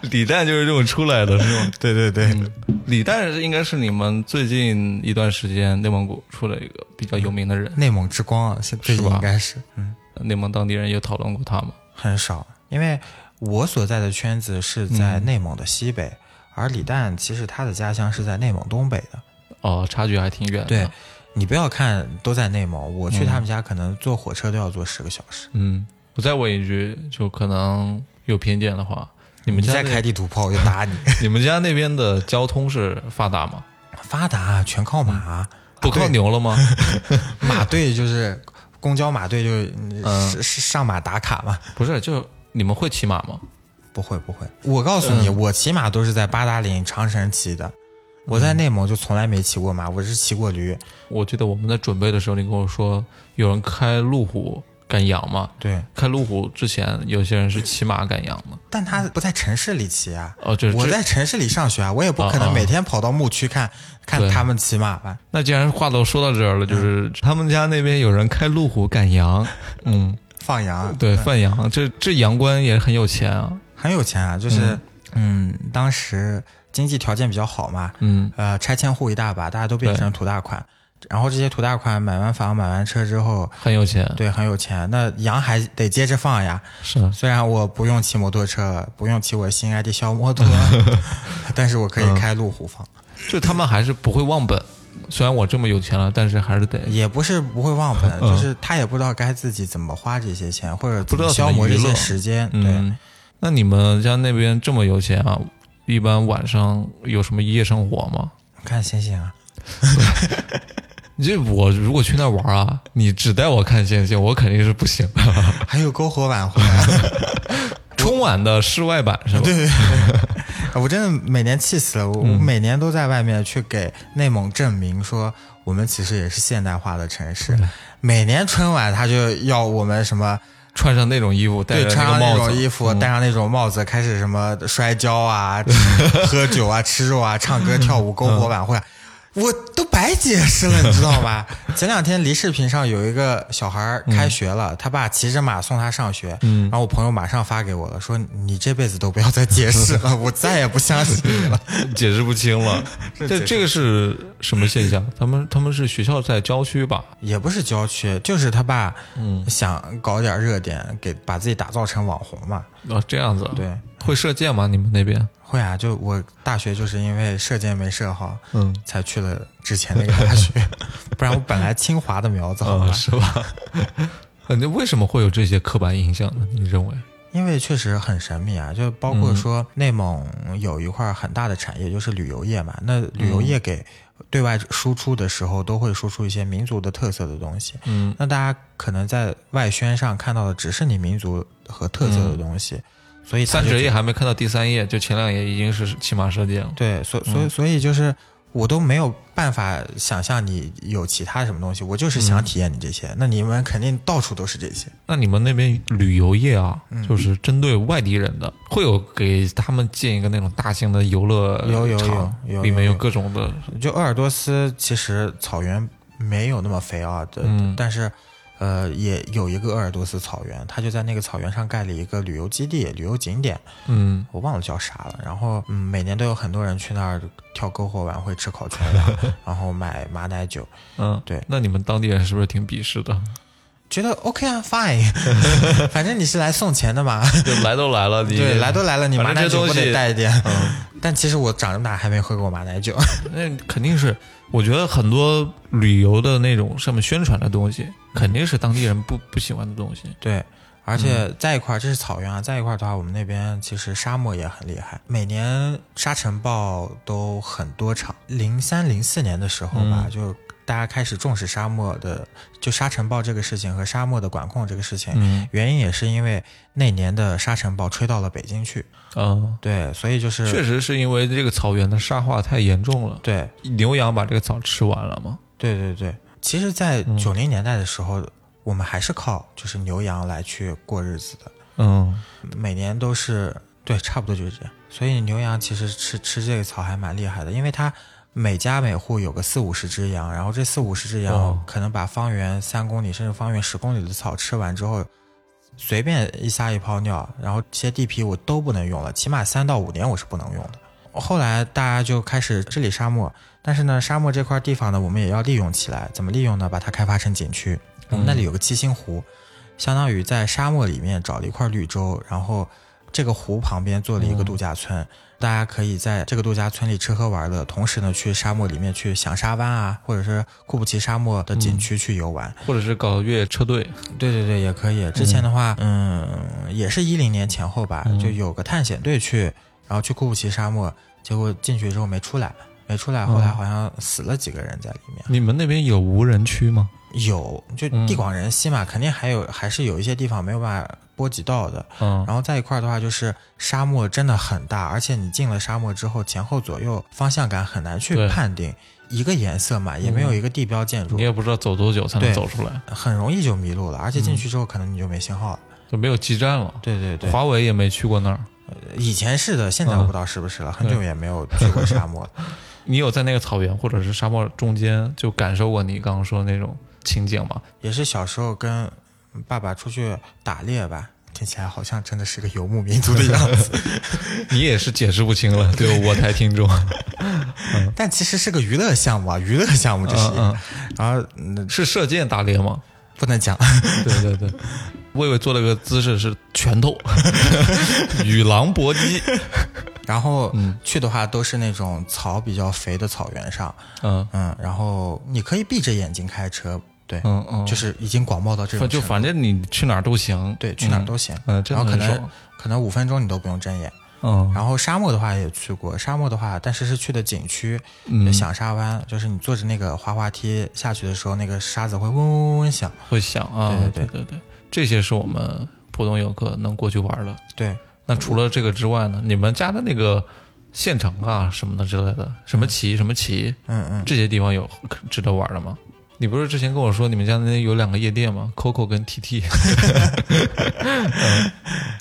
B: 李诞就是这种出来的，是吗？嗯
A: 对对对，
B: 李诞应该是你们最近一段时间内蒙古出了一个比较有名的人，
A: 内蒙之光啊，现最近
B: 是吧
A: 应该是嗯
B: 内蒙当地人也讨论过他吗？
A: 很少，因为我所在的圈子是在内蒙的西北，而李诞其实他的家乡是在内蒙东北的。
B: 哦，差距还挺远的。
A: 对，嗯你不要看都在内蒙，我去他们家可能坐火车都要坐十个小时。
B: 嗯，我再问一句，就可能有偏见的话，你们
A: 你
B: 家
A: 再
B: 那
A: 开地图炮，我就打你。
B: 你们家那边的交通是发达吗？
A: 发达啊全嗯靠马，
B: 不靠牛 了吗？
A: 马队就是公交马队就是
B: 嗯
A: 是是上马打卡嘛。
B: 不是，就你们会骑马吗？
A: 不会不会，我告诉你，
B: 嗯
A: 我骑马都是在八达岭、长城骑的。我在内蒙就从来没骑过
B: 嗯
A: 马，我是骑过驴。
B: 我记得我们在准备的时候，你跟我说有人开路虎赶羊嘛。
A: 对，
B: 开路虎之前，有些人是骑马赶羊的。
A: 但他不在城市里骑啊。
B: 哦，就是
A: 我
B: 这
A: 在城市里上学啊，我也不可
B: 啊
A: 能
B: 啊
A: 每天跑到牧区看看
B: 对
A: 他们骑马吧。
B: 那既然话都说到这儿了，就是
A: 嗯
B: 他们家那边有人开路虎 赶羊，嗯，
A: 放羊，啊
B: 对，放羊，这这羊倌也很有钱啊，
A: 很有钱啊，就是嗯当时经济条件比较好嘛，
B: 嗯，
A: 呃，拆迁户一大把，大家都变
B: 对
A: 成土大款。然后这些土大款买完房、买完车之后，
B: 很有钱，
A: 对，很有钱。那羊还得接着放呀，
B: 是，啊
A: 虽然我不用骑摩托车，不用骑我心爱的小摩 托，但是我可
B: 嗯
A: 以开路虎放，
B: 就他们还是不会忘本。虽然我这么有钱了，但是还是得
A: 也不是不会忘本，
B: 嗯
A: 就是他也不知道该自己怎么花这些钱，或者怎
B: 不知道
A: 么消磨这些时间。对
B: 嗯，那你们家那边这么有钱啊？一般晚上有什么夜生活吗？
A: 看星星啊，
B: 你这我如果去那玩啊，你只带我看星星，我肯定是不行的。
A: 还有篝火晚会，啊
B: 春晚的室外版是吧？对，
A: 我真的每年气死了。我
B: 嗯
A: 我每年都在外面去给内蒙证明说，我们其实也是现代化的城市。
B: 嗯
A: 每年春晚他就要我们什么。
B: 穿上那种衣服，戴
A: 对，
B: 着
A: 穿
B: 那
A: 上
B: 个
A: 那
B: 帽
A: 种
B: 子，嗯
A: 衣服，戴上那种帽子，开始什么摔跤 啊、吃喝酒啊、吃肉啊、唱
B: 嗯
A: 歌跳舞、篝火晚会啊，我都白解释了，你知道吗？ 前两天离视频上有一个小孩儿
B: 嗯
A: 开学了，他爸骑着马送他上学，然后我朋友马上发给我了，说你这辈子都不要再解释了，我再也不相信你 了。
B: 解释不 清了。
A: 解
B: 这
A: 释
B: 这个是什么现象？他们他们是学校在郊区吧？
A: 也不是郊区，就是他爸
B: 嗯
A: 想搞点热点，给把自己打造成网红嘛。
B: 哦，这样子。，
A: 对，
B: 会射箭吗？你们那边？
A: 会啊，就我大学就是因为射箭没射好，
B: 嗯，
A: 才去了之前那个大学，不然我本来清华的苗子，好吧
B: 呃，？是吧？ 呃那为什么会有这些刻板印象呢？你认为？
A: 因为确实很神秘啊，就包括说内蒙有一块很大的产业就是旅游业嘛，那旅游业给对外输出的时候，都会输出一些民族的特色的东西。
B: 嗯，
A: 那大家可能在外宣上看到的只是你民族和特色的东西，所以他
B: 三
A: 就
B: 折
A: 觉
B: 页
A: 得
B: 还没看到第三页，就前两页已经是骑马射箭了。
A: 对，所所以所以就是我都没有办法想象你有其他什么东西，我就是想体验你这些。那你们肯定到处都是这些，
B: 那你们那边旅游业啊，
A: 嗯
B: 就是针对外地人的，会有给他们建一个那种大型的游乐
A: 有有
B: 场，
A: 有有
B: 里面
A: 有
B: 有
A: 有
B: 各种的，
A: 就鄂尔多斯其实草原没有那么肥啊，对，
B: 嗯
A: 但是呃也有一个鄂尔多斯草原，它就在那个草原上盖了一个旅游基地、旅游景点，
B: 嗯，
A: 我忘了叫啥了。然后嗯，每年都有很多人去那儿跳篝火晚会、吃烤全羊，然后买马奶酒，
B: 嗯，
A: 对
B: 那你们当地人是不是挺鄙 视的？
A: 觉得 OK 啊，fine，反正你是来送钱的嘛，
B: 就来都来了，你
A: 对，来都来了，你
B: 反
A: 马
B: 正
A: 奶
B: 这
A: 酒
B: 东
A: 不得
B: 西
A: 带一点？
B: 嗯，
A: 但其实我长这么大还没喝过马奶酒，
B: 那肯定是，我觉得很多旅游的那种上面宣传的东
A: 嗯
B: 西，肯定是当地人不不喜欢的东西。
A: 对，而
B: 嗯
A: 且在一块儿，这是草原啊，在一块儿的话，我们那边其实沙漠也很厉害，每年沙尘暴都很多场。零三零四年的时候吧，
B: 嗯
A: 就大家开始重视沙漠的，就沙尘暴这个事情和沙漠的管控这个事情。
B: 嗯
A: 原因也是因为那年的沙尘暴吹到了北京去，
B: 啊，
A: 对，所以就是
B: 确实是因为这个草原的沙化太严重了，
A: 对
B: 牛羊把这个草吃完了嘛。
A: 对对对，其实，在
B: 嗯
A: 九零年代的时候，我们还是靠就是牛羊来去过日子的。
B: 嗯，
A: 每年都是对，差不多就是这样。所以牛羊其实吃吃这个草还蛮厉害的，因为它每家每户有个四五十只羊，然后这四五十只
B: 哦
A: 羊可能把方圆三公里甚至方圆十公里的草吃完之后，随便一撒一泡尿，然后这些地皮我都不能用了，起码三到五年我是不能用的。后来大家就开始治理沙漠，但是呢，沙漠这块地方呢，我们也要利用起来。怎么利用呢？把它开发成景区。我们那里有个七星湖，相当于在沙漠里面找了一块绿洲，然后这个湖旁边做了一个度假村，大家可以在这个度假村里吃喝玩乐，同时呢去沙漠里面去响沙湾啊，或者是库布齐沙漠的景区去游玩。
B: 或者是搞越野车队，
A: 对对对，也可以。之前的话，嗯，也是一零年前后吧，
B: 嗯
A: 就有个探险队去，然后去库布齐沙漠，结果进去之后没出来。没出来，后来
B: 嗯
A: 好像死了几个人在里面。
B: 你们那边有无人区吗？
A: 有，就
B: 嗯
A: 地广人稀嘛，肯定还有还是有一些地方没有办法波及到的。
B: 嗯，
A: 然后在一块儿的话，就是沙漠真的很大，而且你进了沙漠之后，前后左右方向感很难去
B: 对
A: 判定，一个颜色嘛，也没有一个地标建筑
B: 你，也不知道走多久才能
A: 对
B: 走出来，
A: 很容易就迷路了。而且进去之后，可能你就没信号了。
B: 就没有基站了。
A: 嗯对对对，
B: 华为也没去过那儿，
A: 以前是的，现在
B: 嗯
A: 我不知道是不是了，很久也没有去过沙漠了。
B: 你有在那个草原或者是沙漠中间就感受过你刚刚说的那种情景吗？
A: 也是小时候跟爸爸出去打猎吧，听起来好像真的是个游牧民族的样 子，
B: 你也是解释不清了，对 我台听众。
A: 但其实是个娱乐项目啊，娱乐项目这是一个。
B: 嗯
A: 然后嗯
B: 嗯， 是射箭打猎吗？
A: 不能讲，
B: 对对对，魏魏做了个姿势是拳头， 与狼搏击。
A: 然后、去的话都是那种草比较肥的草原上，
B: 嗯
A: 嗯，然后你可以闭着眼睛开车，对，
B: 嗯嗯，
A: 就是已经广袤到这种
B: 反就
A: 程度
B: 反正你去哪儿都行，
A: 对，去哪儿都行，
B: 嗯，嗯，真
A: 然后可
B: 的很
A: 能
B: 爽。
A: 可能五分钟你都不用睁眼。
B: 嗯
A: 然后沙漠的话也去过，沙漠的话，但是是去的景区，就
B: 嗯，
A: 响沙湾，就是你坐着那个滑滑梯下去的时候，那个沙子会嗡嗡嗡嗡响。
B: 会想啊，
A: 对
B: 对
A: 对
B: 对对，这些是我们普通游客能过去玩的。
A: 对，
B: 那除了这个之外呢，你们家的那个县城啊什么的之类的，什么旗什么旗
A: 嗯嗯，
B: 这些地方有值得玩的吗？你不是之前跟我说你们家那有两个夜店吗？Coco 跟 TT，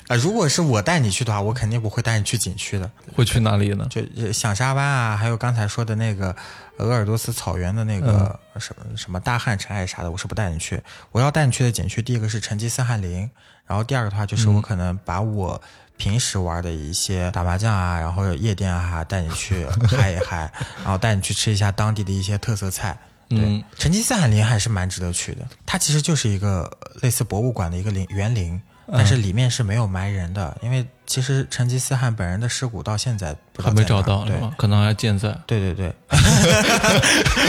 A: 啊、如果是我带你去的话，我肯定不会带你去景区的，
B: 会去哪里呢？
A: 就呃响沙湾啊，还有刚才说的那个鄂尔多斯草原的那个什么、什么大汉尘埃啥的，我是不带你去。我要带你去的景区，第一个是成吉思汗陵，然后第二个的话就是我可能把我平时玩的一些打麻将啊，然后夜店啊，带你去 嗨一嗨，然后带你去吃一下当地的一些特色菜。对，
B: 嗯
A: 成吉思汗陵还是蛮值得去的，它其实就是一个呃类似博物馆的一个陵园林。
B: 嗯
A: 但是里面是没有埋人的，因为其实成吉思汗本人的尸骨到现在不知道
B: 还没
A: 在哪
B: 找
A: 儿
B: 到
A: 对
B: 是，吧？可能还健在。
A: 对对 对，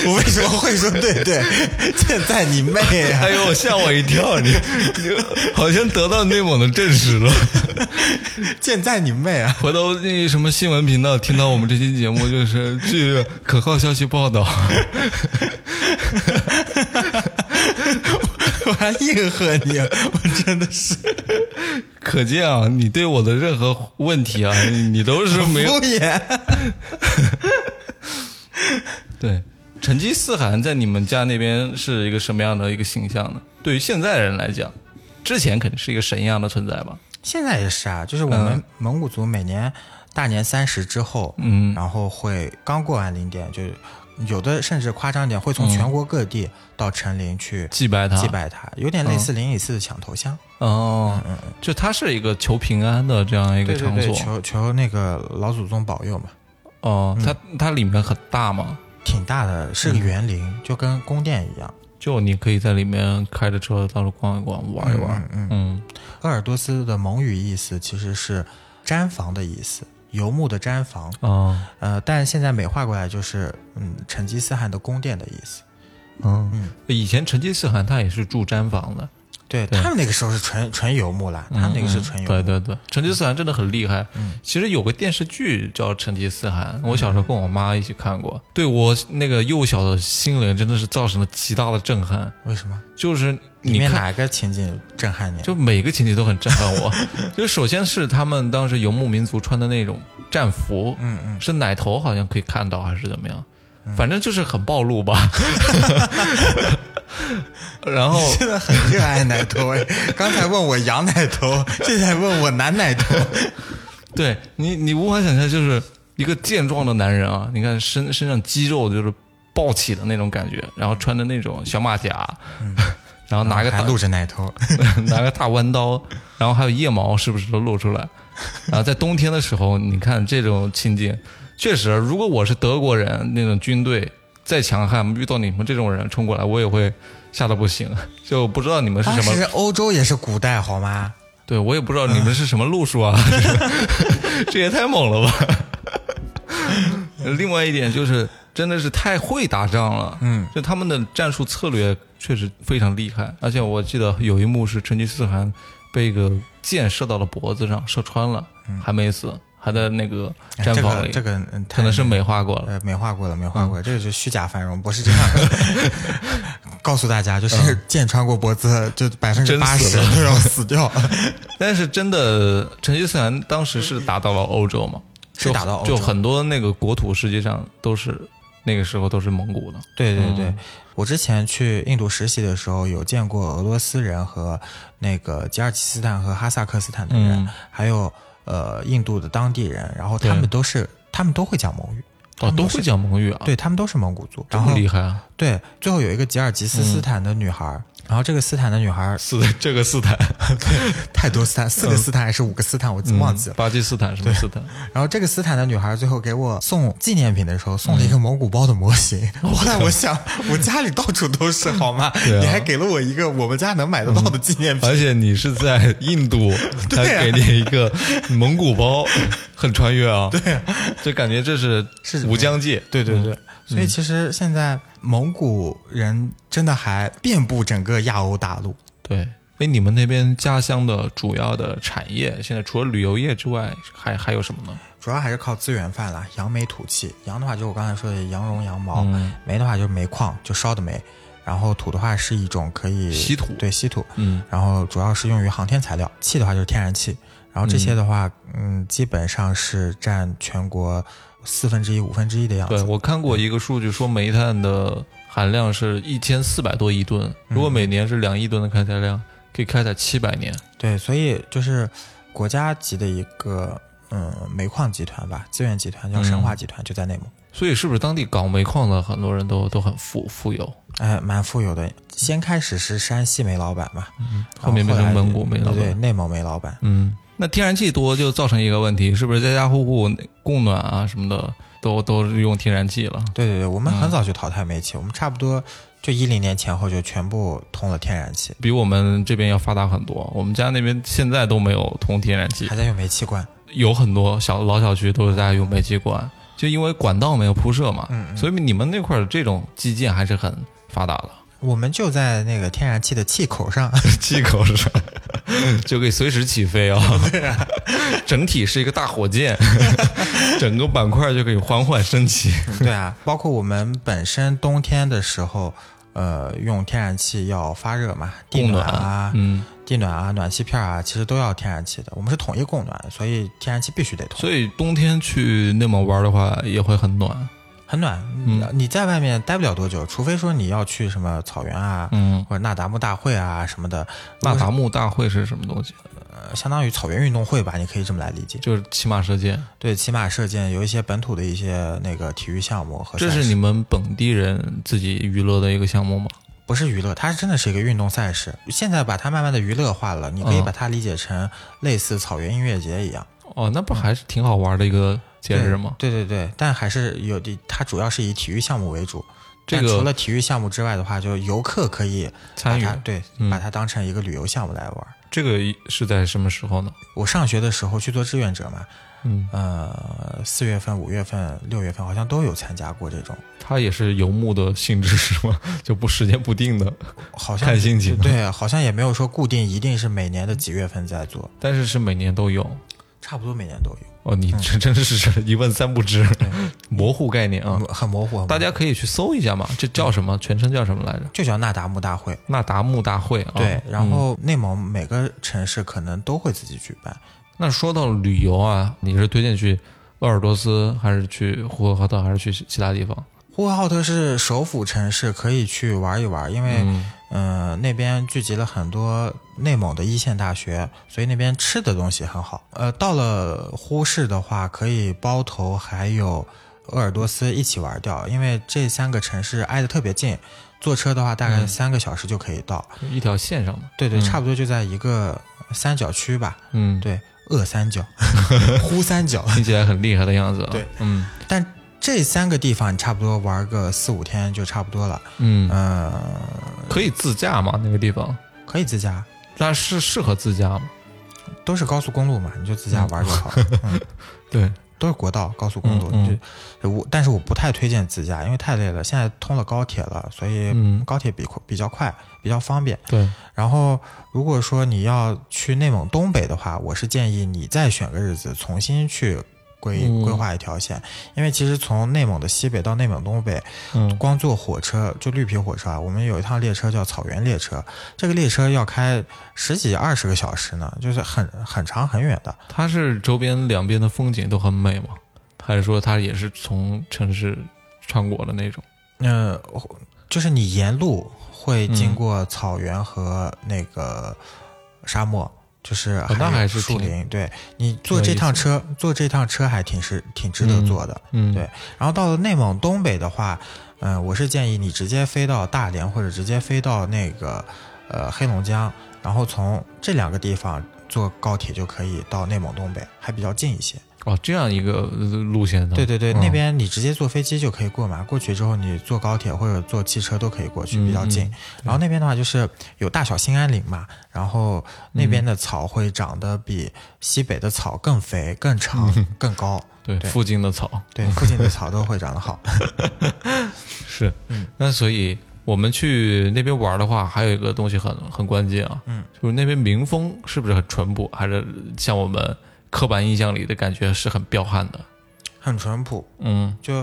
A: 我为什么会说对对？ 现在你妹啊！
B: 哎呦，吓我一跳！你你好像得到内蒙的证实了。
A: 现在你妹啊！
B: 回头那什么新闻频道听到我们这期节目，就是据可靠消息报道，
A: 我还应和你，啊我真的是
B: 可见啊，你对我的任何 问题啊，你你都是没有
A: 敷衍。
B: 对，成吉思汗在你们家那边是一个什么样的一个形象呢？对于现在人来讲，之前肯定是一个神一样的存在吧？
A: 现在也是啊，就是我们
B: 嗯
A: 蒙古族每年大年三十之后，
B: 嗯
A: 然后会刚过完零点，就是有的甚至夸张一点，会从全国各地到陈林去
B: 嗯祭拜他，嗯
A: 祭拜他，有点类似灵隐寺的抢头香。
B: 哦，就它是一个求平安的这样一个
A: 对对
B: 场
A: 对，
B: 所。
A: 求求那个老祖宗保佑嘛，
B: 哦，它它里面很大嘛，
A: 挺大的，是个园林，就跟宫殿一样。
B: 就你可以在里面开着车到处逛一逛、玩一玩。
A: 嗯，
B: 嗯，
A: 鄂尔多斯的蒙语意思其实是毡房的意思，游牧的毡房。
B: 哦，
A: 呃，但现在美化过来就是嗯，成吉思汗的宫殿的意思。
B: 嗯，以前成吉思汗他也是住毡房的，
A: 对
B: 对嗯
A: 他们那个时候是纯纯游牧啦，他们那嗯个是纯游牧。
B: 对对对，成吉思汗真的很厉害。
A: 嗯
B: 其实有个电视剧叫《成吉思汗》，我小时候跟我妈一起看过，对我那个幼小的心灵真的是造成了极大的震撼。
A: 为什么？
B: 就是
A: 里
B: 你
A: 面
B: 看，
A: 哪个情景震撼你？啊
B: 就每个情节都很震撼我。 就首先是他们当时游牧民族穿的那种战服，
A: 嗯嗯，
B: 是奶头好像可以看到还是怎么样，反正就是很暴露吧。 然后
A: 真的很热爱奶头哎！刚才问我羊奶 头，现在问我男奶头。
B: 对你，你无法想象，就是一个健壮的男人啊，你看身身上肌肉就是暴起的那种感觉，然后穿着那种小马甲， 然后拿个
A: 还
B: 大、
A: 露着哎奶头，
B: 拿个大弯刀，然后还有腋毛是不是都露出来？然后在冬天的时候，你看这种情景，确实，如果我是德国人那种军队再强悍，遇到你们这种人冲过来，我也会吓得不行。就不知道你 们是
A: 当
B: 什么
A: 时欧洲也是古代好吗？
B: 对我也不知道你们是什么路数 啊， 这也太猛了吧！另外一点就是，真的是太会打仗了，嗯，就他们的战术策略确实非常厉害，而且我记得有一幕是成吉思汗被一个箭射到了脖子上，射穿了，还没死，还在那个
A: 嗯哎
B: 毡
A: 这
B: 房
A: 个
B: 里，
A: 这个嗯
B: 可能是嗯美化过了。
A: 呃，美化过了，美化过了，这个是虚假繁荣，不是这样的。 告诉大家，就是箭穿过脖子，就百分之
B: 嗯真
A: 八十
B: 死了
A: 都要死掉，
B: 但是真的，成吉思汗当时是打到了欧洲嘛？
A: 是打到欧洲
B: 就很多那个国土实际上都是那个时候都是蒙古的。
A: 对
B: 嗯
A: 对对，我之前去印度实习的时候，有见过俄罗斯人和那个吉尔吉斯斯坦和哈萨克斯坦的人，
B: 嗯
A: 还有呃印度的当地人，然后他
B: 对
A: 们都是他们都会讲蒙语，
B: 哦，都会讲蒙语啊，，
A: 对他们都是蒙古族。
B: 这
A: 然
B: 么
A: 后
B: 厉害嗯啊！
A: 对，最后有一个吉尔吉斯斯坦的女孩儿，然后这个斯坦的女孩儿
B: 斯这个斯坦，
A: 太多斯坦，四
B: 嗯
A: 个斯坦还是五个斯坦，我忘 记了。
B: 巴基斯坦什么斯坦？
A: 然后这个斯坦的女孩最后给我送纪念品的时候，送了一个蒙古包的模型。后 来我想，我家里到处都是，好 吗？
B: 嗯啊嗯
A: 你还给了我一个我们家能买得到的纪念品。
B: 而且你是在印 度，他
A: 对啊
B: 给你一个蒙古包，很穿越啊！对，就感觉这是
A: 是
B: 无疆界。嗯
A: 对对对，嗯所以其实现在蒙古人真的还遍布整个亚欧大陆。
B: 对，哎，你们那边家乡的主要的产业，现在除了旅游业之外，还还有什么呢？
A: 主要还是靠资源贩啦，扬眉吐气。扬的话就是我刚才说的羊绒、羊毛；
B: 嗯
A: 煤的话就是煤矿，就烧的煤；然后土的话是一种可以
B: 稀土
A: 对稀土。
B: 嗯，
A: 然后主要是用于航天材料，气的话就是天然气，然后这些的话，嗯基本上是占全国四分之一、五分之一的样
B: 对
A: 子。
B: 我看过一个数据，说煤炭的含量是一千四百多亿吨，如果每年是两亿吨的开采量，可以开采七百年。
A: 对，所以就是国家级的一个嗯煤矿集团吧，资源集团叫神话集团，就在内蒙，
B: 所以是不是当地搞煤矿的很多人都都很富富有？
A: 哎，蛮富有的。先开始是山西煤老板嘛，然
B: 后面变成
A: 来
B: 蒙古煤老板
A: 对，内蒙煤老板。
B: 嗯，那天然气多就造成一个问题，是不是家家户户供暖啊什么的都都是用天然气了？
A: 对对对，我们很早就
B: 嗯
A: 淘汰煤气，我们差不多就一零年前后就全部通了天然气，
B: 比我们这边要发达很多，我们家那边现在都没有通天然气
A: 还，在用煤气罐。
B: 有很多小老小区都是在用煤气管，就因为管道没有铺设嘛，所以你们那块儿这种基建还是很发达的，
A: 我们就在那个天然气的气口上，
B: 气口上就可以随时起飞啊、 整体是一个大火箭， 整个板块就可以缓缓升起。
A: 对啊，包括我们本身冬天的时候，呃，用天然气要发热嘛，地
B: 供暖
A: 啊、
B: 嗯，
A: 地暖啊、暖气片啊，其实都要天然气的。我们是统一供暖，所以天然气必须得通，
B: 所以冬天去内蒙玩的话也会很暖。
A: 很暖。
B: 嗯
A: 你在外面待不了多久，除非说你要去什么草原啊，
B: 嗯，
A: 或者那达慕大会啊什么的，
B: 那达慕大会是什么东西？
A: 呃相当于草原运动会吧，你可以这么来理解。
B: 就是骑马射箭，
A: 对，骑马射箭有一些本土的一些那个体育项目和
B: 这
A: 赛
B: 是
A: 事
B: 你们本地人自己娱乐的一个项目吗？
A: 不是娱乐，它真的是一个运动赛事。现在把它慢慢的娱乐化了，你可以
B: 嗯
A: 把它理解成类似草原音乐节一样。
B: 哦，那不还是挺好玩的一个节日吗？
A: 对对对，但还是有的，它主要是以体育项目为主。
B: 这
A: 但除
B: 个
A: 了体育项目之外的话，就游客可以把
B: 参与
A: 它对、
B: 嗯
A: 把它当成一个旅游项目来玩。
B: 这个是在什么时候呢？
A: 我上学的时候去做志愿者嘛，
B: 嗯，
A: 呃，四月份、五月份、六月份好像都有参加过这种，
B: 它也是游牧的性质是吗？就不时间不定的，
A: 好像
B: 看心情。，
A: 对，好像也没有说固定一定是每年的几月份在做，
B: 但是是每年都有。
A: 差不多每年都有，
B: 哦，你这真是是一问三不知， 模糊概念啊！
A: 很模糊。很模糊
B: 大家可以去搜一下嘛，这叫什么？全称叫什么来着？
A: 就叫那达慕大会，
B: 那达慕大会啊。
A: 对，然
B: 嗯
A: 后内蒙每个城市可能都会自己举办。
B: 那说到旅游啊，你是推荐去鄂尔多斯，还是去呼和浩特，还是去其他地方？
A: 呼和浩特是首府城市，可以去玩一玩，因为
B: 嗯，
A: 嗯、呃那边聚集了很多内蒙的一线大学，所以那边吃的东西很好。呃，到了呼市的话，可以包头还有鄂尔多斯一起玩掉，因为这三个城市挨得特别近，坐车的话大概
B: 嗯
A: 三个小时就可以到。
B: 一条线上嘛。
A: 对对，
B: 嗯
A: 差不多就在一个三角区吧。
B: 嗯，
A: 对，鄂三 角、呼三角，
B: 听起来很厉害的样子啊。
A: 对，
B: 嗯
A: 但这三个地方你差不多玩个四五天就差不多了。
B: 嗯，
A: 呃，
B: 可以自驾吗？那个地方，
A: 可以自驾，
B: 那是适合自驾吗？
A: 都是高速公路嘛，你就自驾玩就 好。嗯
B: 对，
A: 都是国道、高速公路，
B: 嗯嗯
A: 就我，但是我不太推荐自驾，因为太累了。现在通了高铁了，所以
B: 嗯，
A: 高铁比比较快，比较方便。
B: 对，
A: 然后，如果说你要去内蒙东北的话，我是建议你再选个日子，重新去规
B: 嗯
A: 规划一条线，因为其实从内蒙的西北到内蒙东北，
B: 嗯
A: 光坐火车就绿皮火车啊，我们有一趟列车叫草原列车，这个列车要开十几二十个小时呢，就是很很长很远的。
B: 它是周边两边的风景都很美吗？还是说它也是从城市穿过的那种？
A: 嗯、就是你沿路会经过草原和那个沙漠。就是
B: 哦那还
A: 有
B: 是
A: 树
B: 挺
A: 林，对你坐
B: 挺有
A: 这
B: 意思
A: 趟车，坐这趟车还挺是挺值得
B: 嗯
A: 坐的。
B: 嗯
A: 对然后到了内蒙东北的话，嗯、我是建议你直接飞到大连，或者直接飞到那个呃黑龙江，然后从这两个地方坐高铁就可以到内蒙东北，还比较近一些。
B: 哦，这样一个呃路线的。
A: 对对对，
B: 嗯
A: 那边你直接坐飞机就可以过嘛，过去之后你坐高铁或者坐汽车都可以过去，
B: 嗯
A: 比较近。
B: 嗯
A: 然后那边的话就是有大小兴安岭嘛，然后那边的草会长得比西北的草更肥、更长、
B: 嗯
A: 更高。
B: 哦对
A: 对
B: 附近的草
A: 对，附近的草都会长得好。
B: 是。嗯
A: 嗯
B: 那所以我们去那边玩的话，还有一个东西很很关键啊，
A: 嗯，
B: 就是那边民风是不是很淳朴，还是像我们刻板印象里的感觉是很彪悍的？
A: 很淳朴，
B: 嗯，
A: 就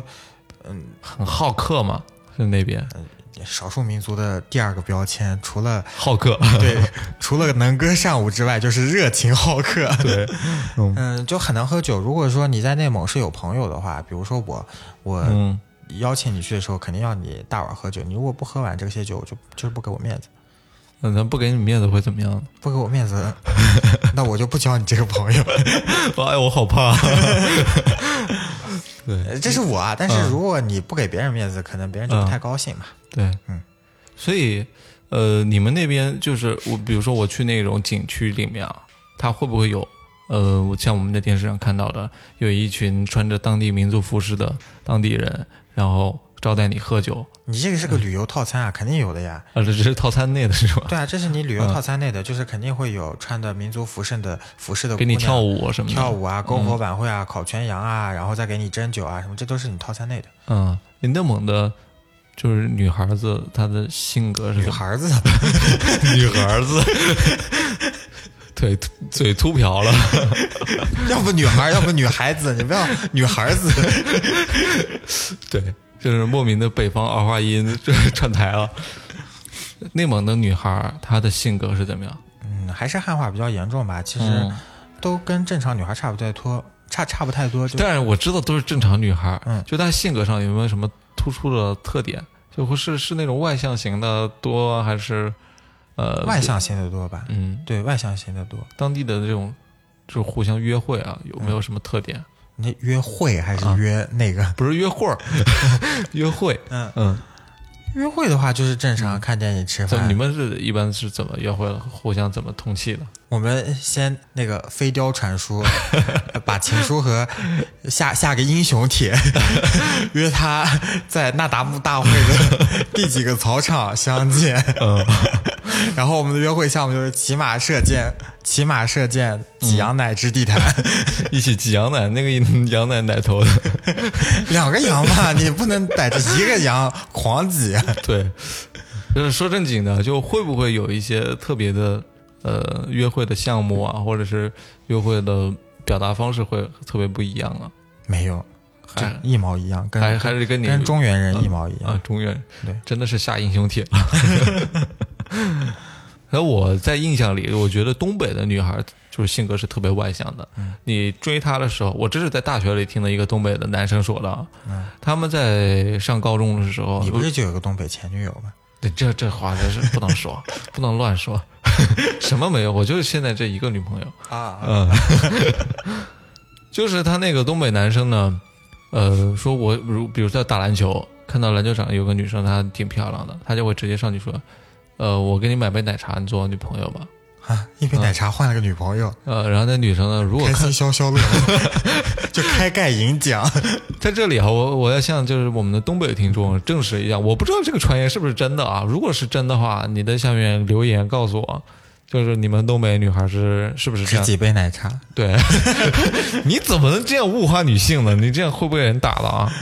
B: 很好客嘛，是那边
A: 嗯少数民族的第二个标签，除 了
B: 好客。
A: 对，除了能歌善舞之外，就是热情好 客。
B: 对，
A: 嗯，就很能喝酒。如果说你在内蒙是有朋友的话，比如说我，我
B: 嗯，
A: 邀请你去的时候，肯定要你大碗喝酒。你如果不喝完这些酒，就就是不给我面子，
B: 那咱不给你面子会怎么样呢？
A: 不给我面子， 那我就不交你这个朋 友。
B: 哎，我好怕。对，
A: 呃这是我啊，但是
B: 嗯
A: 如果你不给别人面子，可能别人就不太高兴嘛。
B: 对，
A: 嗯，
B: 所以呃，你们那边就是我，比如说我去那种景区里面啊，它会不会有呃，我像我们在电视上看到的，有一群穿着当地民族服饰的当地人，然后招待你喝酒，
A: 你这个是个旅游套
B: 嗯
A: 餐啊，肯定有的呀。
B: 啊，这这是套餐内的是吧？
A: 对啊，这是你旅
B: 嗯
A: 游套餐内的，就是肯定会有穿的民族服饰的服饰的
B: 给你
A: 啊姑娘
B: 跳舞什么的，
A: 跳舞啊、篝火晚会啊、烤全羊啊，然后再给你针灸啊什么，这都是你套餐内的。
B: 嗯，你内蒙的。就是女孩子，她的性格是
A: 女
B: 怎么
A: 孩子，
B: 女孩子，腿秃嘴秃瓢了，
A: 要不女孩，要不女孩子，你不要女孩 子。
B: 对，就是莫名的北方儿化音就是串台了。内蒙的女孩儿她的性格是怎么样？
A: 嗯，还是汉化比较严重吧，其实
B: 嗯
A: 都跟正常女孩差不太多。差差不太多。就
B: 但是我知道都是正常女孩，
A: 嗯
B: 就她性格上有没有什么突出的特点？就会是是那种外向型的多，还是呃
A: 外？向型的多吧？
B: 嗯，
A: 对，外向型的多。
B: 当地的这种就是互相约会啊，有
A: 嗯
B: 没有什么特点？
A: 你约会还是
B: 啊
A: 约那个？
B: 不是约会儿， 约会。
A: 嗯哎
B: 嗯，
A: 约会的话就是正常看电影吃
B: 怎么
A: 饭。
B: 你们是一般是怎么约会的？互相怎么通气的？
A: 我们先那个飞镖传书， 把情书和下下个英雄 帖，约他在那达慕大会的第几个草场相见。
B: 嗯，
A: 然后我们的约会项目就是骑马射箭，骑马射箭，挤羊奶之 地毯，
B: 一起挤羊奶，那个 羊奶奶头的。
A: 两个羊嘛，你不能逮着一个羊狂挤。啊
B: 对，就是说正经的，就会不会有一些特别的呃约会的项目啊，或者是约会的表达方式会特别不一样啊？
A: 没有，就
B: 还
A: 一毛一样，跟
B: 还还是跟你
A: 跟中原人一毛一样。
B: 啊中原
A: 对
B: 真的是下英雄帖。 那我在印象里，我觉得东北的女孩就是性格是特别外向的。
A: 嗯
B: 你追她的时候，我这是在大学里听的一个东北的男生说的啊。他们在上高中的时候，
A: 嗯你不是就有个东北前女友吗？
B: 对，这这话真是不能 说，不能乱说。什么没有？我就是现在这一个女朋友。
A: 啊，
B: 嗯， 就是他那个东北男生呢，呃，说我如比如在打篮球，看到篮球场有个女生，她挺漂亮的，他就会直接上去说，呃，我给你买杯奶茶，你做我女朋友吧。
A: 啊，一杯奶茶换了个女朋友，
B: 呃，然后那女生呢，如果
A: 开
B: 看
A: 心消 消乐，就开盖银奖。
B: 在这里啊，我我要向就是我们的东北听众证实一下，我不知道这个传言是不是真的啊。如果是真的话，你在下面留言告诉我，就是你们东北女孩是是不是这
A: 只
B: 样？
A: 几杯奶茶，
B: 对， 你怎么能这样物化女性呢？你这样会不会被人打了啊？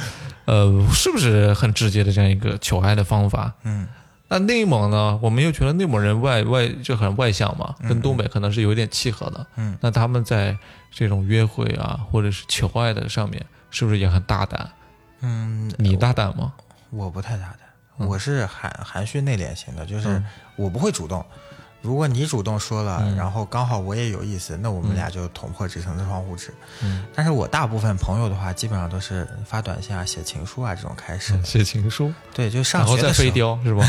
B: 呃，是不是很直接的这样一个求爱的方法？
A: 嗯，
B: 那内蒙呢？我们又觉得内蒙人外外就很外向嘛，跟东北可能是有点契合的。
A: 嗯，
B: 那他们在这种约会啊，或者是求爱的上面，是不是也很大胆？
A: 嗯，
B: 你大胆吗？
A: 我不太大胆，
B: 嗯
A: 我是含含蓄内敛型的，就是我不会主动。如果你主动说
B: 嗯
A: 了，然后刚好我也有意思，那我们俩就捅破这层窗户纸。
B: 嗯，
A: 但是我大部分朋友的话，基本上都是发短信啊、写情书啊这种开始。
B: 嗯写情书，
A: 对，就上
B: 然后
A: 学
B: 再
A: 的时
B: 飞
A: 候，
B: 镖是吧？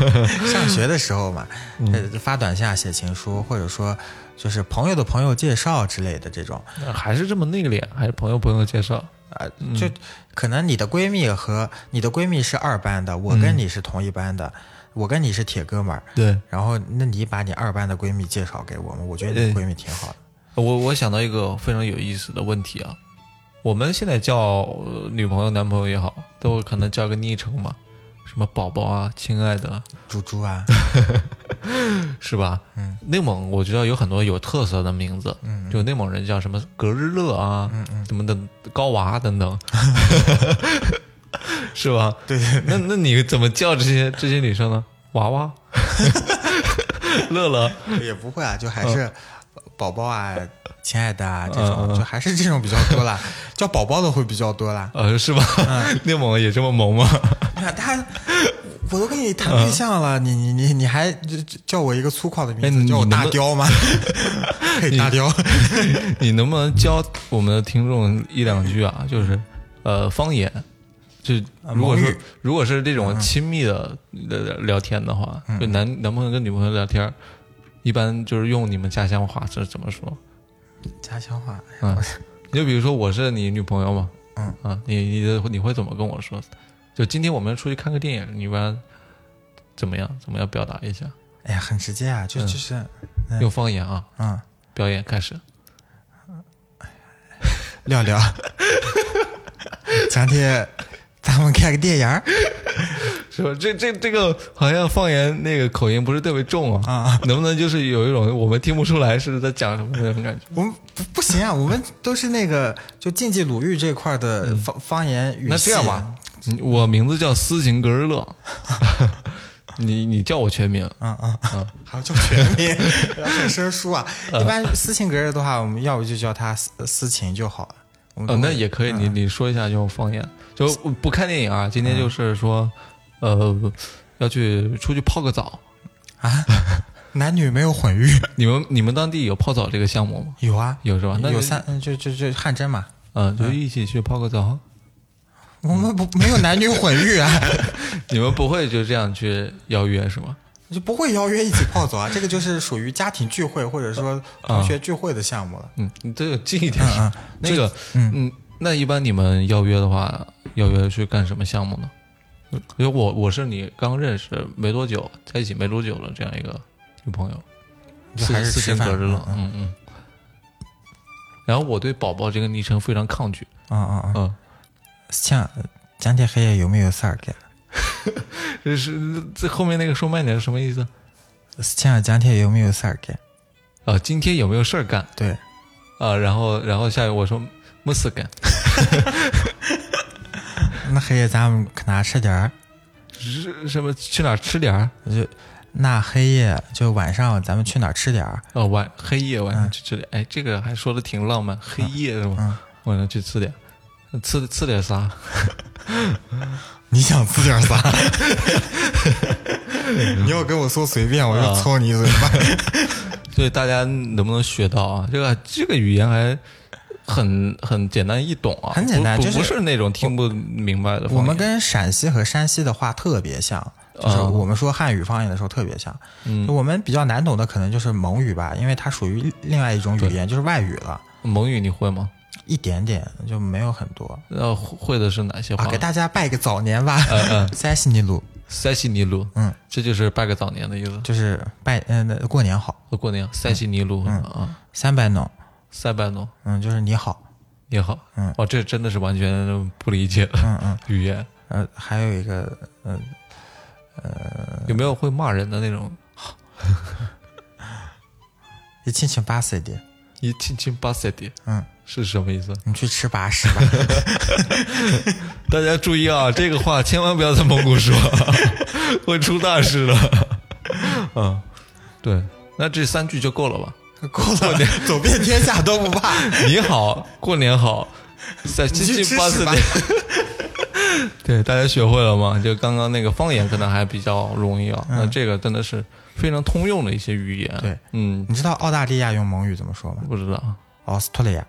A: 上学的时候嘛，
B: 嗯
A: 呃发短信啊、写情书，或者说就是朋友的朋友介绍之类的这种。
B: 还是这么内敛？还是朋友朋友介绍？
A: 啊，
B: 嗯
A: 就可能你的闺蜜和你的闺蜜是二班的，我
B: 嗯
A: 跟你是同一班的，我跟你是铁哥们儿，
B: 对，
A: 然后那你把你二班的闺蜜介绍给我们，我觉得你
B: 呃
A: 闺蜜挺好的。
B: 我我想到一个非常有意思的问题啊，我们现在叫呃女朋友、男朋友也好，都可能叫个昵称嘛，什么宝宝啊、亲爱的啊，
A: 猪猪 啊，
B: 是吧？
A: 嗯，
B: 内蒙我知道有很多有特色的名字，
A: 嗯，
B: 就内蒙人叫什么格日乐啊，
A: 嗯嗯，
B: 什么的高娃 等等，是吧？
A: 对对
B: 那那你怎么叫这些这些女生呢？娃 娃、乐乐，
A: 对，也不会啊，就还是宝宝啊、亲爱的啊这
B: 嗯嗯
A: 种，
B: 嗯
A: 就还是这种比较多啦，叫宝宝的会比较多啦。
B: 呃，是吧？
A: 嗯
B: 内蒙也这么萌吗？
A: 你看他，我都跟你谈对象了，你你你你还就就叫我一个粗犷的
B: 哎
A: 名字，
B: 你
A: 叫我
B: 能
A: 大
B: 不
A: 雕吗？ 嘿，大雕，
B: 你能不能教我们的听众一两句啊？就是呃，方言，就
A: 啊
B: 如果
A: 蒙
B: 是
A: 语
B: 如果是这种亲密的的聊天的话，
A: 嗯
B: 就男男朋友跟女朋友聊天，一般就是用你们家乡话是怎么说？
A: 家乡话，
B: 嗯，你就比如说我是你女朋友嘛，
A: 嗯
B: 啊，你你的你会怎么跟我说？就今天我们出去看个电影，你一般怎么样？怎么样表达一下？
A: 哎呀，很直接啊，就
B: 嗯
A: 就是，
B: 用方言啊，
A: 嗯，
B: 表演开始。
A: 聊 聊。前天咱们看个电影儿
B: 是吧？这这这个好像方言那个口音不是特别重啊，
A: 啊，
B: 能不能就是有一种我们听不出来是在讲什么那种感觉？
A: 我们不不行啊，我们都是那个就晋冀鲁豫这块的方、方言语系。
B: 嗯那这样吧，，你 我名字叫斯琴格日乐， 你你叫我全名，
A: 嗯嗯嗯，还有叫全名， 然后生疏啊。
B: 嗯
A: 一般斯琴格日的话，我们要不就叫他斯斯琴就好了。我们
B: 呃，
A: 都
B: 那
A: 会
B: 也可以，你你说一下用方言，就不看电影啊，今天就是说，呃，要去出去泡个澡，
A: 啊，男女没有混育。
B: 你们你们当地有泡澡这个项目吗？
A: 有啊，
B: 有是吧？那
A: 有
B: 就
A: 三，嗯就就就汗蒸嘛。
B: 嗯，就一起去泡个澡。
A: 我们不没有男女混浴啊，
B: 你们不会就这样去邀约是吗？
A: 就不会邀约一起泡澡啊。这 个就是属于家庭聚会或者说同学聚会的项目了。
B: 嗯，你这个近一点。
A: 嗯
B: 那个，
A: 嗯
B: 嗯，那一般你们邀约的话，邀约去干什么项目呢？因为我我是你刚认识没多久，在一起没多久了这样一个女朋友，
A: 就
B: 四
A: 还是
B: 四
A: 吃
B: 千
A: 饭
B: 隔日了，
A: 嗯
B: 嗯嗯。然后我对“宝宝”这个昵称非常抗拒，
A: 嗯嗯嗯。
B: 嗯，
A: 像讲解黑夜有没有事儿干？
B: 这是这后面那个说慢点是什么意思？
A: 像讲解有没有事儿干？
B: 啊，今天有没有事儿干？
A: 对，
B: 啊，然后然后下一个我说没事干，
A: 那黑夜咱们可哪吃点儿？
B: 是什么去哪儿吃点儿？
A: 就那黑夜就晚上咱们去哪儿吃点儿？
B: 哦，晚黑夜晚上去吃点，哎，这个还说的挺浪漫，黑夜是
A: 嗯
B: 吗？晚上去吃点，吃吃点啥？
A: 你想吃点啥？ 你要跟我说随便，我就抽你一嘴巴。
B: 所以大家能不能学到啊？这个这个语言还很很简单易懂啊，
A: 很简单
B: 不
A: 就是
B: 不是那种听不明白的方言。
A: 我们跟陕西和山西的话特别像，就是
B: 嗯
A: 我们说汉语方言的时候特别像。
B: 嗯
A: 就我们比较难懂的可能就是蒙语吧，因为它属于另外一种语言，就是外语了，
B: 蒙语你会吗？
A: 一点点就没有很多。
B: 呃，会的是哪些
A: 啊，
B: 话
A: 给？大家拜个早年吧。
B: 哦嗯嗯，
A: 三西尼鲁，
B: 塞西尼鲁，
A: 嗯，
B: 这就是拜个早年的意思。
A: 就是拜嗯、那过年好，
B: 和过年塞西尼鲁
A: 嗯
B: 啊，
A: 三拜农，
B: 塞班诺
A: 嗯，就是你好，
B: 你好，
A: 嗯
B: 哦，这真的是完全不理解的
A: 嗯嗯，
B: 语言。
A: 呃，还有一个呃嗯
B: 有没有会骂人的那种？
A: 一亲亲巴塞的，
B: 一亲亲巴塞迪
A: 嗯，
B: 是什么意思？
A: 你去吃吧屎 吧，
B: 大家注意啊， 这个话千万不要在蒙古说， 会出大事的。 嗯，对，那这三句就够了 吧？
A: 过了年走遍天下都不 怕，
B: 你好，过年好，在
A: 你去
B: 七
A: 吃
B: 七八
A: 屎
B: 四
A: 吧
B: 年。对，大家学会了吗？就刚刚那个方言可能还比较容易啊，那这个真的是非常通用的一些语言。
A: 嗯对，
B: 嗯，
A: 你知道澳大利亚用蒙语怎么说吗？
B: 不知道啊，
A: 澳大利亚，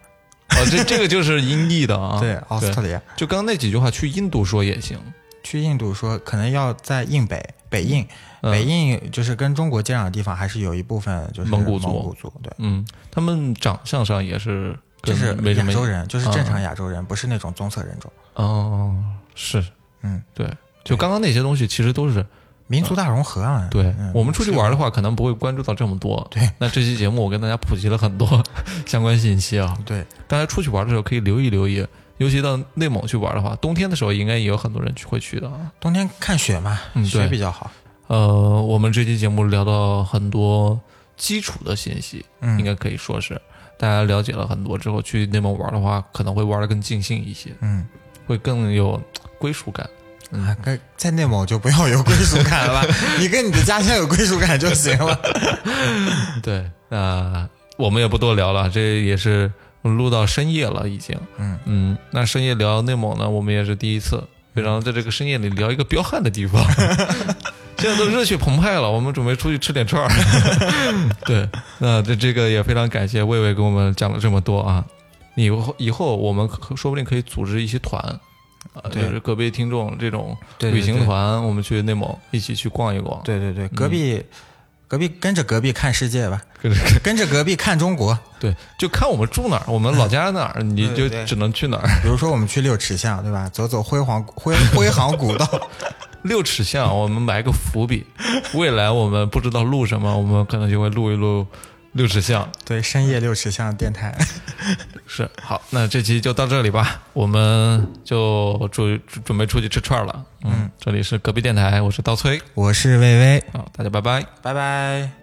B: 哦这这个就是音译的啊。
A: 对，澳大利亚。
B: 就刚刚那几句话，去印度说也行。
A: 去印度说可能要在印北，北印，
B: 嗯
A: 北印就是跟中国接壤的地方，还是有一部分就是
B: 蒙
A: 古
B: 古族
A: 对，
B: 嗯，他们长相上也是
A: 就
B: 跟
A: 是
B: 没什
A: 亚
B: 么
A: 洲人，就是正
B: 嗯
A: 常亚洲人，不是那种棕色人种。
B: 哦，是，
A: 嗯，
B: 对，就刚刚那些东西其实都是
A: 民族大融合啊！
B: 对
A: 嗯。
B: 我们出去玩的话，可能不会关注到这么多。
A: 对，
B: 那这期节目我跟大家普及了很多相关信 息啊，
A: 对，
B: 大家出去玩的时候可以留意留意，尤其到内蒙去玩的话，冬天的时候应该也有很多人去会去的啊。
A: 冬天看雪嘛，
B: 嗯
A: 雪
B: 对
A: 比较好。
B: 呃，我们这期节目聊到很多基础的信息，
A: 嗯
B: 应该可以说是大家了解了很多之后，去内蒙玩的话，可能会玩的更尽兴一些，
A: 嗯，
B: 会更有归属感。嗯
A: 啊，跟在内蒙就不要有归属感 了吧，你跟你的家乡有归属感就行了。
B: 对，那我们也不多聊了，这也是录到深夜了，已经。
A: 嗯
B: 嗯，那深夜聊内蒙呢，我们也是第一次，非常在这个深夜里聊一个彪悍的地方。 现在都热血澎湃了，我们准备出去吃点串儿。 对，那这这个也非常感谢魏魏给我们讲了这么多啊。以后以后我们可说不定可以组织一些团，啊，就
A: 对
B: 是个别听众这种
A: 对对
B: 旅行
A: 对
B: 团，我们去内蒙一起去逛一逛。
A: 对对对，隔壁，隔壁跟着隔壁看世界吧，
B: 嗯跟着
A: 跟着隔壁看中国。
B: 对，就看我们住哪儿，我们老家哪儿，你
A: 对
B: 就
A: 对
B: 只能去哪儿。
A: 比如说我们去六尺巷，对吧？走走辉煌辉辉煌古道。
B: 六尺巷，我们埋个伏笔，未来我们不知道录什么，我们可能就会录一录六尺巷。
A: 对，深夜六尺巷电台，
B: 是，好，那这期就到这里吧，我们就准准备出去吃
A: 嗯
B: 串儿了。嗯，这里是隔壁电台，我是刀崔，
A: 我是薇薇，
B: 好，大家拜拜。
A: 拜拜。